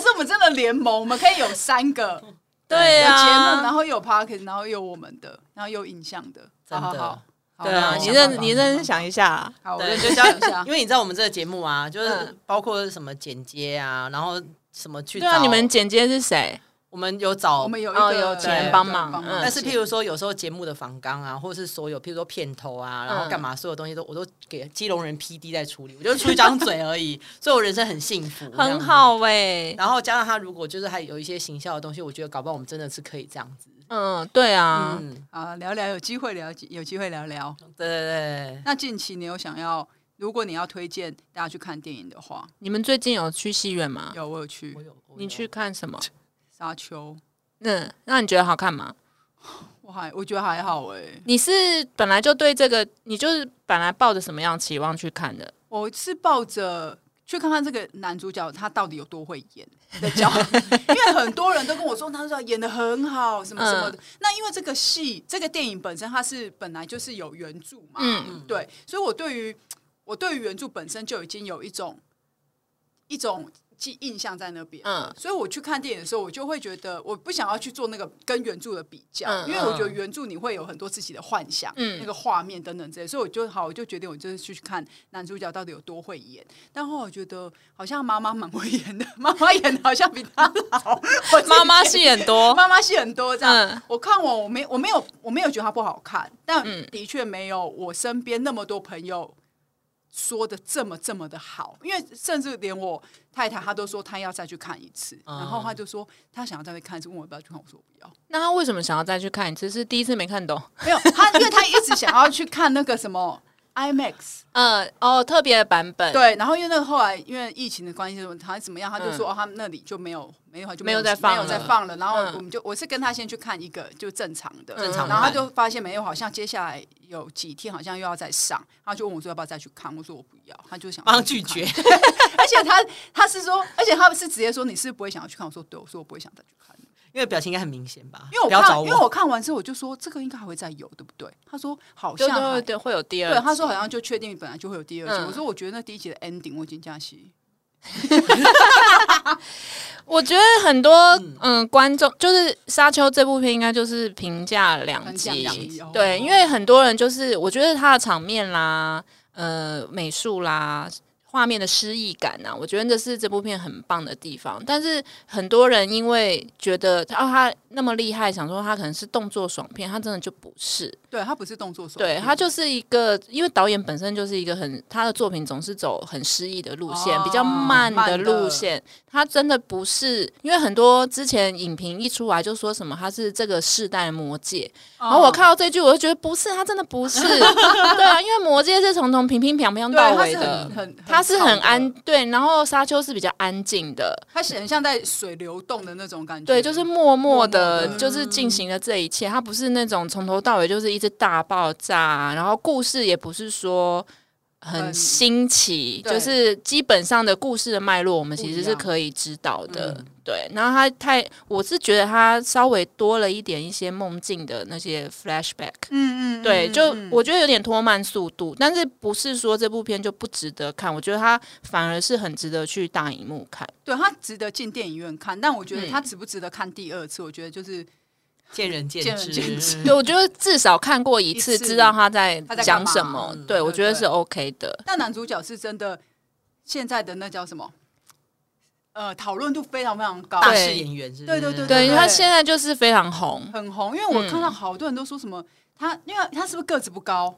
Speaker 2: 是我们真的联盟，我们可以有三个，
Speaker 3: 对
Speaker 2: 有节目，然
Speaker 3: 啊，
Speaker 2: 后有 podcast，然后有我们的，然后有影像的，
Speaker 1: 真
Speaker 2: 好好
Speaker 1: 的
Speaker 2: 好。，好
Speaker 3: 对
Speaker 2: 那
Speaker 3: 啊
Speaker 2: 我，
Speaker 3: 你
Speaker 2: 想办
Speaker 3: 认
Speaker 2: 法
Speaker 3: 你认真想一下，
Speaker 2: 好，我
Speaker 1: 对
Speaker 2: 认
Speaker 1: 就
Speaker 2: 真 <laughs> 想一下
Speaker 1: <laughs> 因。为你知道我们这个节目啊，就是
Speaker 3: 嗯
Speaker 1: 包括什么剪接啊，然后什么去
Speaker 3: 对啊，
Speaker 1: 找
Speaker 3: 你们剪接是谁？
Speaker 1: 我们有找
Speaker 2: 我们有一
Speaker 3: 哦
Speaker 2: 个
Speaker 3: 有
Speaker 2: 对
Speaker 1: 钱
Speaker 2: 对
Speaker 1: 帮
Speaker 3: 忙
Speaker 2: 帮
Speaker 3: 嗯
Speaker 1: 但是，譬如说，有时候节目的访纲啊，或者是所有，譬如说片头啊，然后干嘛，所有东西都我都给基隆人 P D 在处理，我就出一张嘴而已，所以我人生很幸福，这样
Speaker 3: 很
Speaker 1: 子。
Speaker 3: 好哎，
Speaker 1: 然后加上他，如果就是还有一些行销的东西，我觉得搞不好我们真的是可以这样子。
Speaker 3: 嗯，对啊，
Speaker 1: 嗯，
Speaker 2: 啊，聊聊有机会聊，有机会聊聊。
Speaker 1: 对对对。
Speaker 2: 那近期你有想要，如果你要推荐大家去看电影的话，
Speaker 3: 你们最近有去戏院吗？
Speaker 2: 有我有去
Speaker 1: 我有我有
Speaker 3: 你去看什么？
Speaker 2: 沙丘，
Speaker 3: 嗯，那你觉得好看吗？
Speaker 2: 我还我觉得还好哎，
Speaker 3: 你是本来就对这个，你就是本来抱着什么样的期望去看的？
Speaker 2: 我是抱着。去看看这个男主角他到底有多会演的角，因为很多人都跟我说男主角演的很好，什么什么的。那因为这个戏、这个电影本身它是本来就是有原著嘛，
Speaker 3: 嗯，
Speaker 2: 对，所以我对于我对于原著本身就已经有一种一种记印象在那边。
Speaker 3: 嗯
Speaker 2: 所以我去看电影的时候，我就会觉得我不想要去做那个跟原著的比较，
Speaker 3: 嗯
Speaker 2: 因为我觉得原著你会有很多自己的幻想，
Speaker 3: 嗯
Speaker 2: 那个画面等等之类，所以我就好，我就决定我就是去看男主角到底有多会演。但后来我觉得好像妈妈蛮会演的，妈妈演的好像比他好，
Speaker 3: <laughs>
Speaker 2: 我自己
Speaker 3: 妈 <laughs> 妈戏很多，
Speaker 2: 妈妈戏很多这样。
Speaker 3: 哦嗯
Speaker 2: 我看完我没我没有我没有觉得它不好看，但
Speaker 3: 嗯
Speaker 2: 的确没有我身边那么多朋友说的这么这么的好，因为甚至连我太太她都说她要再去看一次，
Speaker 1: 嗯
Speaker 2: 然后她就说她想要再去看一次，问我要不要去看，我说不要，
Speaker 3: 那他为什么想要再去看一次？是第一次没看懂？
Speaker 2: 没有她，因为她一直想要去看那个什么 IMAX。
Speaker 3: 嗯，哦，特别的版本，，
Speaker 2: 对，然后因为那个后来因为疫情的关系，什么他怎么样，他就说、哦，他们那里就没有没有就
Speaker 3: 没有
Speaker 2: 再
Speaker 3: 再放
Speaker 2: 没有再
Speaker 3: 了
Speaker 2: 放了。然后
Speaker 3: 嗯
Speaker 2: 我们就、我是跟他先去看一个就正常的，
Speaker 1: 正常
Speaker 2: 然后他
Speaker 1: 版
Speaker 2: 就发现没有，好像接下来有几天好像又要再上，他就问我说要不要再去看，我说我不要，他就想
Speaker 1: 马
Speaker 2: 再
Speaker 1: 上
Speaker 2: 去
Speaker 1: 拒
Speaker 2: 看
Speaker 1: 绝。。
Speaker 2: 而且他他是说，而且他是直接说你是不会想要去看，我说对，我说我不会想再去看。
Speaker 1: 因为表情应该很明显吧？
Speaker 2: 因为我
Speaker 1: 不要
Speaker 2: 看，
Speaker 1: 找
Speaker 2: 因为我看完之后，我就说这个应该还会再有，对不对？他说好
Speaker 3: 对
Speaker 2: 像
Speaker 3: 对
Speaker 2: 还
Speaker 3: 对，会有第二集。
Speaker 2: 对，他说好像就确定本来就会有第二季。
Speaker 3: 嗯
Speaker 2: 我说我觉得那第一集的 ending 我已经加戏。
Speaker 3: 我觉得很多嗯、观众就是《沙丘》这部片，应该就是评价两
Speaker 2: 很
Speaker 3: 极
Speaker 2: 两极哦，
Speaker 3: 对，因为很多人就是我觉得它的场面啦，呃，美术啦。画面的诗意感呐、啊，我觉得这是这部片很棒的地方。但是很多人因为觉得哦，他那么厉害，想说他可能是动作爽片，他真的就不是。
Speaker 2: 对他不是动作手，
Speaker 3: 对他就是一个，因为导演本身就是一个很他的作品总是走很诗意的路线，
Speaker 2: 哦
Speaker 3: 比较慢的
Speaker 2: 慢的
Speaker 3: 路线。他真的不是，因为很多之前影评一出来就说什么他是这个世代的魔戒，
Speaker 2: 然
Speaker 3: 然后我看到这句我就觉得不是，他真的不
Speaker 2: <laughs>
Speaker 3: 是。对啊，因为魔戒是从从平平平平
Speaker 2: 对，
Speaker 3: 到
Speaker 2: 他
Speaker 3: 尾
Speaker 2: 是
Speaker 3: 的
Speaker 2: 很。很
Speaker 3: 他是
Speaker 2: 很
Speaker 3: 很
Speaker 2: 吵的
Speaker 3: 安，，对，然后沙丘是比较安静的，
Speaker 2: 他是很像在水流动的那种感觉，嗯
Speaker 3: 对，就是默默
Speaker 2: 默
Speaker 3: 的
Speaker 2: 默地，嗯
Speaker 3: 就是进行了这一切。它不是那种从头到尾就是一直大爆炸啊，然后故事也不是说
Speaker 2: 很
Speaker 3: 很新奇，
Speaker 2: 对
Speaker 3: 就是基本上的故事的脉络，我们其
Speaker 2: 不一
Speaker 3: 实
Speaker 2: 样
Speaker 3: 是可以知道的。
Speaker 1: 嗯
Speaker 3: 对，然后它太，我是觉得它稍微多了一点一些梦境的那些 flashback。
Speaker 2: 嗯嗯，
Speaker 3: 对，
Speaker 2: 嗯
Speaker 3: 就
Speaker 2: 嗯
Speaker 3: 我觉得有点拖慢速度，但是不是说这部片就不值得看？我觉得它反而是很值得去大荧幕看。
Speaker 2: 对他值得进电影院看，但我觉得
Speaker 3: 嗯
Speaker 2: 他值不值得看第二次，我觉得就是
Speaker 1: 见仁见
Speaker 2: 见仁
Speaker 1: 智，
Speaker 2: 见智
Speaker 3: 对，我觉得至少看过一
Speaker 2: 嗯一
Speaker 3: 次，
Speaker 2: 次
Speaker 3: 知道他在
Speaker 2: 他在干
Speaker 3: 讲
Speaker 2: 嘛
Speaker 3: 什么
Speaker 1: 嗯。
Speaker 3: 对，我
Speaker 2: 对
Speaker 3: 觉得
Speaker 2: 对
Speaker 3: 是 OK 的。
Speaker 2: 但男主角是真的现在的那叫什么？呃，讨论度非常非常高，
Speaker 1: 大
Speaker 3: 对
Speaker 1: 势演员是不
Speaker 2: 对
Speaker 1: 是，
Speaker 2: 对
Speaker 3: 对
Speaker 2: 对对
Speaker 3: 他现在就是非常红，
Speaker 2: 很红。因为
Speaker 3: 嗯
Speaker 2: 我看到好多人都说什么他，因为他是不是个子不高，
Speaker 3: 哦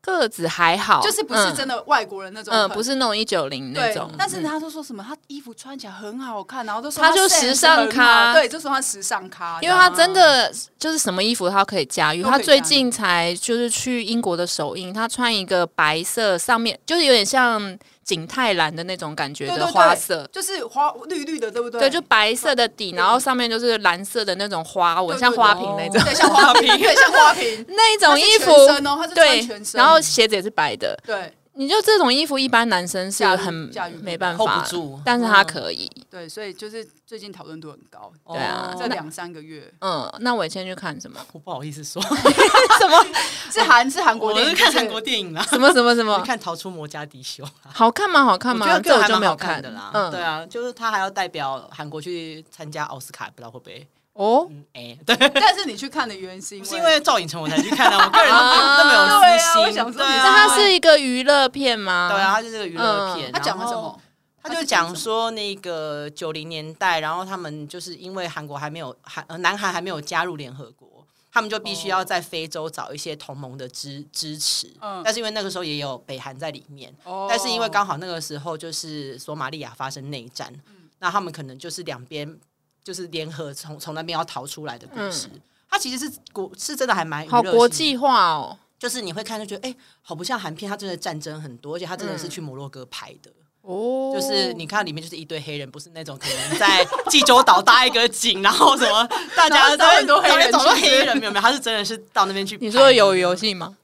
Speaker 3: 个子还好，
Speaker 2: 就是不是真
Speaker 3: 的，
Speaker 2: 的外国人那种很，
Speaker 3: 嗯嗯，不是那种一九零那
Speaker 2: 对
Speaker 3: 种，。嗯
Speaker 2: 但是他都说什么，他衣服穿起来很好看，然后都说
Speaker 3: 他就
Speaker 2: sense
Speaker 3: 时尚
Speaker 2: 很好
Speaker 3: 咖
Speaker 2: 对，就说他时尚咖，
Speaker 3: 因为他真的就是什么衣服他可以驾驭，
Speaker 2: 都可以
Speaker 3: 他最近才就是去英国的首映，他穿一个白色，上面就是有点像景泰蓝的那种感觉
Speaker 2: 对对
Speaker 3: 的
Speaker 2: 对
Speaker 3: 花色，
Speaker 2: 就是花绿绿的，对不对？
Speaker 3: 对，就白色的底，然后上面就是蓝色的那种花纹，像花瓶那种。
Speaker 2: 对，像花瓶，对，像花瓶。
Speaker 3: <laughs> 那一种衣服，
Speaker 2: 它是全身哦它是穿
Speaker 3: 对
Speaker 2: 全，身
Speaker 3: 然后鞋子也是白的。
Speaker 2: 对
Speaker 3: 你就这种衣服，一般男生是
Speaker 2: 驾驭
Speaker 3: 很
Speaker 2: 驾驭不
Speaker 3: 没
Speaker 2: 了
Speaker 3: 办
Speaker 1: hold
Speaker 3: 法
Speaker 1: 不住
Speaker 3: 但是他可以。
Speaker 2: 对，所以就是最近讨论度很高，
Speaker 1: 哦
Speaker 3: 对啊
Speaker 2: 这两三个月
Speaker 3: 嗯，那我先去看什么
Speaker 1: 我不好意思说，
Speaker 3: 什么
Speaker 2: 是韩是韩国
Speaker 1: 我
Speaker 2: 电
Speaker 1: 是
Speaker 2: 影，
Speaker 1: 看
Speaker 2: 就是
Speaker 1: 韩国电影啦，
Speaker 3: 什么什么什
Speaker 2: <laughs>
Speaker 1: 我
Speaker 3: 么
Speaker 1: 是，看《逃出魔家迪修》啊，
Speaker 3: 好看吗？好看
Speaker 1: 我
Speaker 3: 吗
Speaker 1: 觉？得
Speaker 3: 这
Speaker 1: 个
Speaker 3: 我
Speaker 1: 还
Speaker 3: 就
Speaker 1: 蛮
Speaker 3: 没有
Speaker 1: 好看的啦。对
Speaker 3: 嗯，
Speaker 1: 啊，就是他还要代表韩国去参加奥斯卡，不知道会不会？
Speaker 3: 哦，
Speaker 1: 嗯，哎，对，
Speaker 2: 但是你去看的原因是因
Speaker 1: 不
Speaker 2: 为
Speaker 1: 是因为赵寅成我才去看的，啊我个人都没有都没
Speaker 2: 对啊
Speaker 1: 有
Speaker 2: 我
Speaker 1: 私心
Speaker 2: 想。说
Speaker 1: 对
Speaker 2: 你
Speaker 1: 啊，
Speaker 2: 是嗯
Speaker 3: 那它是一个娱乐片吗？
Speaker 1: 对啊，，他就是个娱乐片。
Speaker 2: 他讲了什
Speaker 1: 然后
Speaker 2: 么？
Speaker 1: 他就讲说那个九零年代，然后他们就是因为韩国还没有韩呃南韩还没有加入联合国，他们就必须要在非洲找一些同盟的支支持。
Speaker 2: 嗯
Speaker 1: 但是因为那个时候也有北韩在里面，
Speaker 2: 哦
Speaker 1: 但是因为刚好那个时候就是索马利亚发生内战，
Speaker 3: 嗯
Speaker 1: 那他们可能就是两边就是联合从从那边要逃出来的故事。它其实是国是真的还蛮娱乐
Speaker 3: 嗯好国
Speaker 1: 性的
Speaker 3: 际化哦。
Speaker 1: 就是你会看就觉得哎、好不像韩片，它真的战争很多，而且它真的是去摩洛哥拍的。
Speaker 3: 嗯哦
Speaker 1: 就是你看里面就是一堆黑人，不是那种可能在济州岛搭一个景，然后什么大家
Speaker 2: 然后找很多黑人去
Speaker 1: 找到黑人没有没有？他是真的是到那边去拍。
Speaker 3: 你说有游戏吗？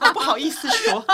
Speaker 1: 我不好意思说。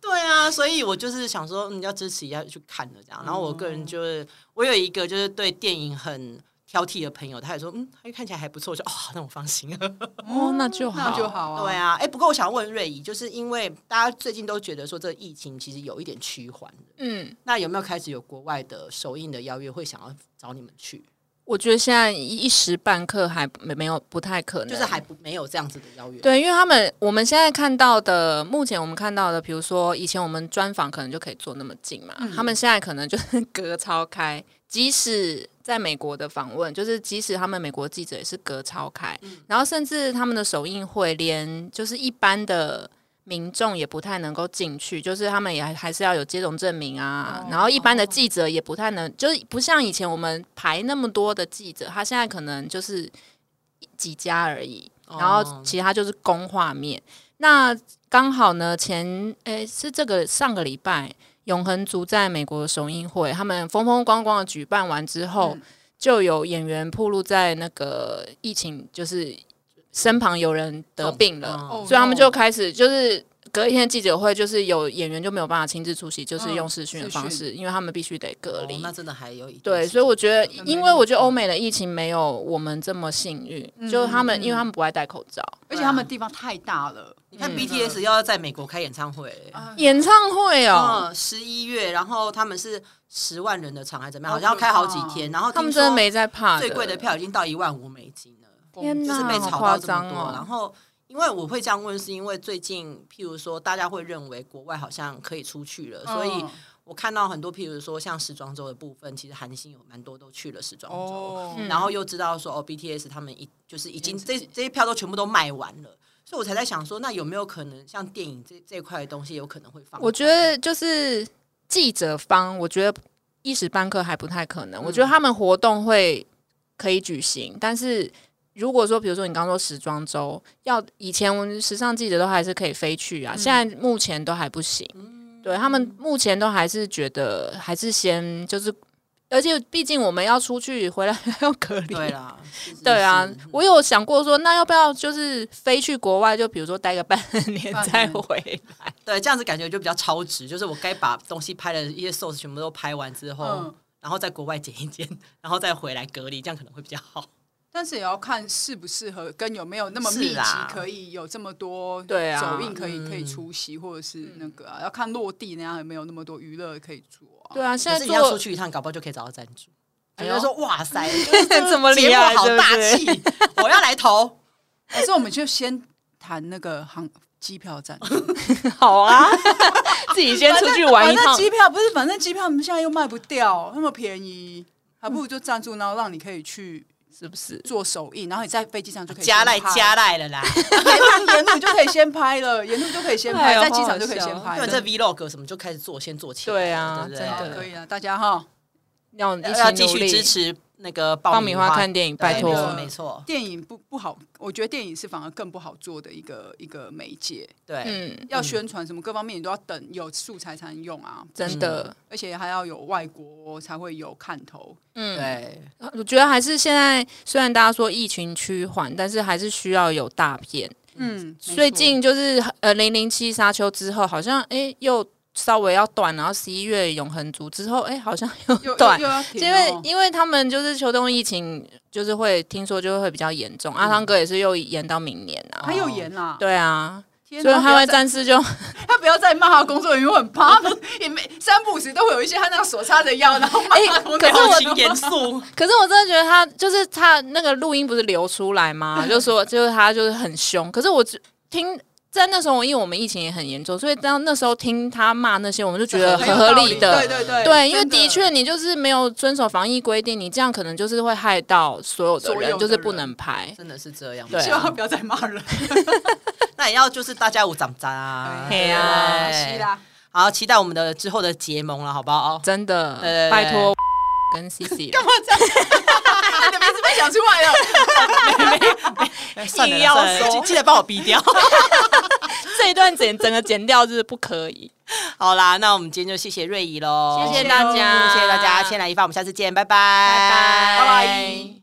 Speaker 1: 对啊，所以我就是想
Speaker 3: 哦
Speaker 1: 说，嗯，要支持一下去看的这样。然后我个人就是，我有一个就是对电影很挑剔的朋友，他也说，嗯，他看起来还不错，我就哦，那我放心了。 <laughs>
Speaker 3: 哦，那就好，
Speaker 2: <laughs> 那就。好
Speaker 3: 哦
Speaker 2: 啊。
Speaker 1: 对啊，哎、不过我想问瑞怡，就是因为大家最近都觉得说这疫情其实有一点趋缓了，
Speaker 3: 嗯，
Speaker 1: 那有没有开始有国外的首映的邀约会想要找你们去？
Speaker 3: 我觉得现在一时半刻还没没有不太可能，
Speaker 1: 就是还不没有这样子的邀约。
Speaker 3: 对，因为他们我们现在看到的，目前我们看到的，比如说以前我们专访可能就可以坐那么近嘛，他们现在可能就是 <laughs> 隔超开，即使。在美国的访问，就是即使他们美国记者也是隔超开，然后甚至他们的首映会连就是一般的民众也不太能够进去，就是他们也还还是要有接种证明啊，然后一般的记者也不太能，就是不像以前我们排那么多的记者，他现在可能就是几家而已，然后
Speaker 1: 哦
Speaker 3: 其他就是公画面。那刚好呢，前诶、是这个上个礼拜，永恒族在美国的首映会，他们风风光光的举办完之后，
Speaker 1: 嗯
Speaker 3: 就有演员暴露在那个疫情，就是身旁有人得病了，
Speaker 1: 哦
Speaker 3: 所以他们就开始就是。隔一天记者会，就是有演员就没有办法亲自出席，就是
Speaker 2: 嗯
Speaker 3: 用视讯的
Speaker 2: 视
Speaker 3: 方
Speaker 2: 讯
Speaker 3: 式，因为他们必须得隔离。
Speaker 1: 哦那真的还有一段
Speaker 3: 对，
Speaker 1: 时
Speaker 3: 所以我觉得，
Speaker 2: 能
Speaker 3: 因为
Speaker 2: 没那
Speaker 3: 我
Speaker 2: 么
Speaker 3: 觉得欧美的疫情没有我们这么幸运，
Speaker 1: 嗯
Speaker 3: 就他们，因为他们不爱戴口罩。
Speaker 2: 而且他们地方太大了，
Speaker 3: 嗯
Speaker 1: 你看 BTS 要在美国开演唱会，欸
Speaker 3: 演唱会哦，
Speaker 1: 嗯，十一月，然后他们是十万人的场还怎么样，
Speaker 2: 好
Speaker 1: 好
Speaker 2: 可
Speaker 1: 像要开好几天，然后
Speaker 3: 哦他们
Speaker 1: 听
Speaker 3: 真
Speaker 1: 说
Speaker 3: 的没在怕。
Speaker 1: 最贵的，票已经到一万五美金了，
Speaker 3: 天
Speaker 1: 就是
Speaker 3: 哪
Speaker 1: 被
Speaker 3: 好
Speaker 1: 炒
Speaker 3: 夸
Speaker 1: 到这么
Speaker 3: 张
Speaker 1: 多。
Speaker 3: 哦
Speaker 1: 然后，因为我会这样问，是因为最近譬如说大家会认为国外好像可以出去了，所以
Speaker 2: 嗯
Speaker 1: 我看到很多譬如说像时装周的部分，其实韩星有蛮多都去了时装
Speaker 3: 嗯
Speaker 1: 周，
Speaker 2: 哦，
Speaker 1: 然后又知道说哦 BTS 他们已就是已经这这些票都全部都卖完了。所以我才在想说，那有没有可能像电影这这块的东西有可能会放？
Speaker 3: 我觉得就是记者方，我觉得一时半刻还不太可能。我
Speaker 1: 嗯
Speaker 3: 觉得他们活动会可以举行，但是。如果说，比如说你刚说时装周，要以前我们时尚记者都还是可以飞去
Speaker 1: 嗯
Speaker 3: 啊，现在目前都还不行。对他们目前都还是觉得还是先就是，而且毕竟我们要出去回来 <laughs> 还要隔离，<laughs>
Speaker 1: 对啦，是是
Speaker 3: 对啊
Speaker 1: 是嗯，
Speaker 3: 我有想过说，那要不要就是飞去国外，就比如说待个半 <laughs> 年
Speaker 2: 半
Speaker 3: 再
Speaker 2: 年
Speaker 3: 回
Speaker 1: 哦
Speaker 3: 来？
Speaker 1: 对，这样子感觉就比较超值，就是我该把东西拍的一些 source 全部都拍完之后，
Speaker 2: 嗯
Speaker 1: 然后在国外剪一剪，然后再回来隔离，这样可能会比较好。
Speaker 2: 但是也要看适不适合，跟有没有那么密
Speaker 1: 是
Speaker 2: 集
Speaker 1: 啦，
Speaker 2: 可以有这么多
Speaker 3: 对啊
Speaker 2: 首映可以可以
Speaker 1: 嗯
Speaker 2: 出席，或者是那个啊，要看落地那样有没有那么多娱乐可以做啊。
Speaker 3: 对啊，现
Speaker 1: 可
Speaker 3: 在
Speaker 1: 是你要
Speaker 3: 做
Speaker 1: 出去一趟，搞不好就可以找到赞助。
Speaker 3: 哎
Speaker 1: 哎
Speaker 3: 呦
Speaker 1: 呦，说
Speaker 3: <laughs>
Speaker 1: 哇塞，就是这个
Speaker 3: 这么厉
Speaker 1: 节目
Speaker 3: 害
Speaker 1: 好
Speaker 3: 是不
Speaker 1: 大
Speaker 3: 是
Speaker 1: 气，
Speaker 3: <laughs>
Speaker 1: 我要来投。
Speaker 2: 可是我们就先谈那个航机
Speaker 3: <laughs>
Speaker 2: 票站，
Speaker 3: 好啊， <laughs> 自己先出去玩
Speaker 2: 反
Speaker 3: 一
Speaker 2: 正
Speaker 3: 趟。
Speaker 2: 机票不是，反正机票我们现在又卖不掉，那么便宜，还不如就赞助，然后让你可以去
Speaker 3: 是不是？
Speaker 2: 做首映，然后你在飞机上就可以
Speaker 1: 加赖
Speaker 2: 来 <laughs>
Speaker 1: 加赖了啦，
Speaker 2: 沿路沿路就可以先拍了，沿路就可以先
Speaker 3: 哎
Speaker 2: 拍，
Speaker 3: 呦
Speaker 2: 在机场就可以先
Speaker 3: 好好
Speaker 2: 拍
Speaker 1: 因
Speaker 2: 了。
Speaker 1: 为这 vlog 什么就开始做，先做起来。
Speaker 3: 对啊
Speaker 1: 对不
Speaker 3: 真
Speaker 2: 好
Speaker 3: 的
Speaker 1: 对
Speaker 2: 可以啊，大家哈，
Speaker 3: 呃要一
Speaker 1: 要
Speaker 3: 起
Speaker 1: 继
Speaker 3: 努
Speaker 1: 续
Speaker 3: 力
Speaker 1: 支持那个
Speaker 3: 爆
Speaker 1: 爆
Speaker 3: 米
Speaker 1: 米
Speaker 3: 花
Speaker 1: 花
Speaker 3: 看电影，拜
Speaker 1: 对
Speaker 3: 托
Speaker 1: 没
Speaker 2: 那
Speaker 1: 错
Speaker 2: 个
Speaker 1: 没错，
Speaker 2: 电影不不好，我觉得电影是反而更不好做的一个一个媒介，
Speaker 1: 对，
Speaker 3: 嗯，
Speaker 2: 要宣传什么各方面你都要等有素材才能用啊，
Speaker 3: 真的，
Speaker 2: 而且还要有外国才会有看头。
Speaker 3: 嗯，
Speaker 1: 对，
Speaker 3: 我觉得还是现在，虽然大家说疫情趋缓，但是还是需要有大片。
Speaker 2: 嗯，没错
Speaker 3: 最近就是呃，零零七沙丘之后，好像诶又稍微要断，然后十一月永恒族之后，诶好像又
Speaker 2: 又又
Speaker 3: 断
Speaker 2: 又。要停
Speaker 3: 因为
Speaker 2: 哦
Speaker 3: 因为他们就是秋冬疫情，就是会听说就会比较严重。阿汤哥也是又延到明年啊，
Speaker 2: 还有演啦，
Speaker 3: 对啊，
Speaker 2: 天
Speaker 3: 所以
Speaker 2: 哪
Speaker 3: 《
Speaker 2: 他
Speaker 3: 捍
Speaker 2: 不
Speaker 3: 卫
Speaker 2: 要再
Speaker 3: 战士》 <laughs> 就
Speaker 2: 他不要再骂他工作人员，我很怕他们也没三不五时都会有一些他那样手叉着腰，然后
Speaker 3: 哎
Speaker 1: <laughs>
Speaker 2: 骂他工作人
Speaker 3: 可是
Speaker 2: 员
Speaker 3: 我
Speaker 1: 表情
Speaker 3: <laughs>
Speaker 1: 严肃，
Speaker 3: 可是我真的觉得他就是他那个录音不是流出来 <laughs> 吗？就说就是他就是很凶。可是我只听在那时候，因为我们疫情也很严重，所以当那时候听他骂那些，我们就觉得
Speaker 1: 很
Speaker 3: 很
Speaker 1: 有
Speaker 3: 合
Speaker 1: 道
Speaker 3: 理
Speaker 1: 理
Speaker 3: 的
Speaker 2: 对。对对，
Speaker 3: 对，因为
Speaker 2: 真
Speaker 3: 的确你就是没有遵守防疫规定，你这样可能就是会害到所有的
Speaker 2: 所
Speaker 3: 人，
Speaker 2: 有的
Speaker 3: 就是不
Speaker 2: 人
Speaker 3: 能拍。
Speaker 1: 真的是这样。
Speaker 3: 对啊
Speaker 2: 希望他不要再骂人。
Speaker 1: 那也要就是大家有长长啊，
Speaker 3: 嘿啊
Speaker 1: 啊，
Speaker 2: 是啦，
Speaker 1: 好，期待我们的之后的结盟了，好不好？
Speaker 3: 真的，
Speaker 1: 对对
Speaker 3: 拜
Speaker 1: 对
Speaker 3: 托跟 CC
Speaker 2: 干嘛这样？ <laughs> 你的名字被讲出来了，
Speaker 1: 哎算了
Speaker 3: 硬
Speaker 1: 啦，
Speaker 3: 要
Speaker 1: 算了
Speaker 3: 说
Speaker 1: 记记得帮我逼掉。
Speaker 3: <laughs>
Speaker 1: <laughs>
Speaker 3: 这一段剪整个剪掉就是不可以。
Speaker 1: 好啦，那我们今天就谢谢瑞怡喽，嗯
Speaker 3: 谢谢大家
Speaker 1: 谢谢大家，千来一发，我们下次见，拜拜，
Speaker 3: 拜拜
Speaker 2: 拜拜。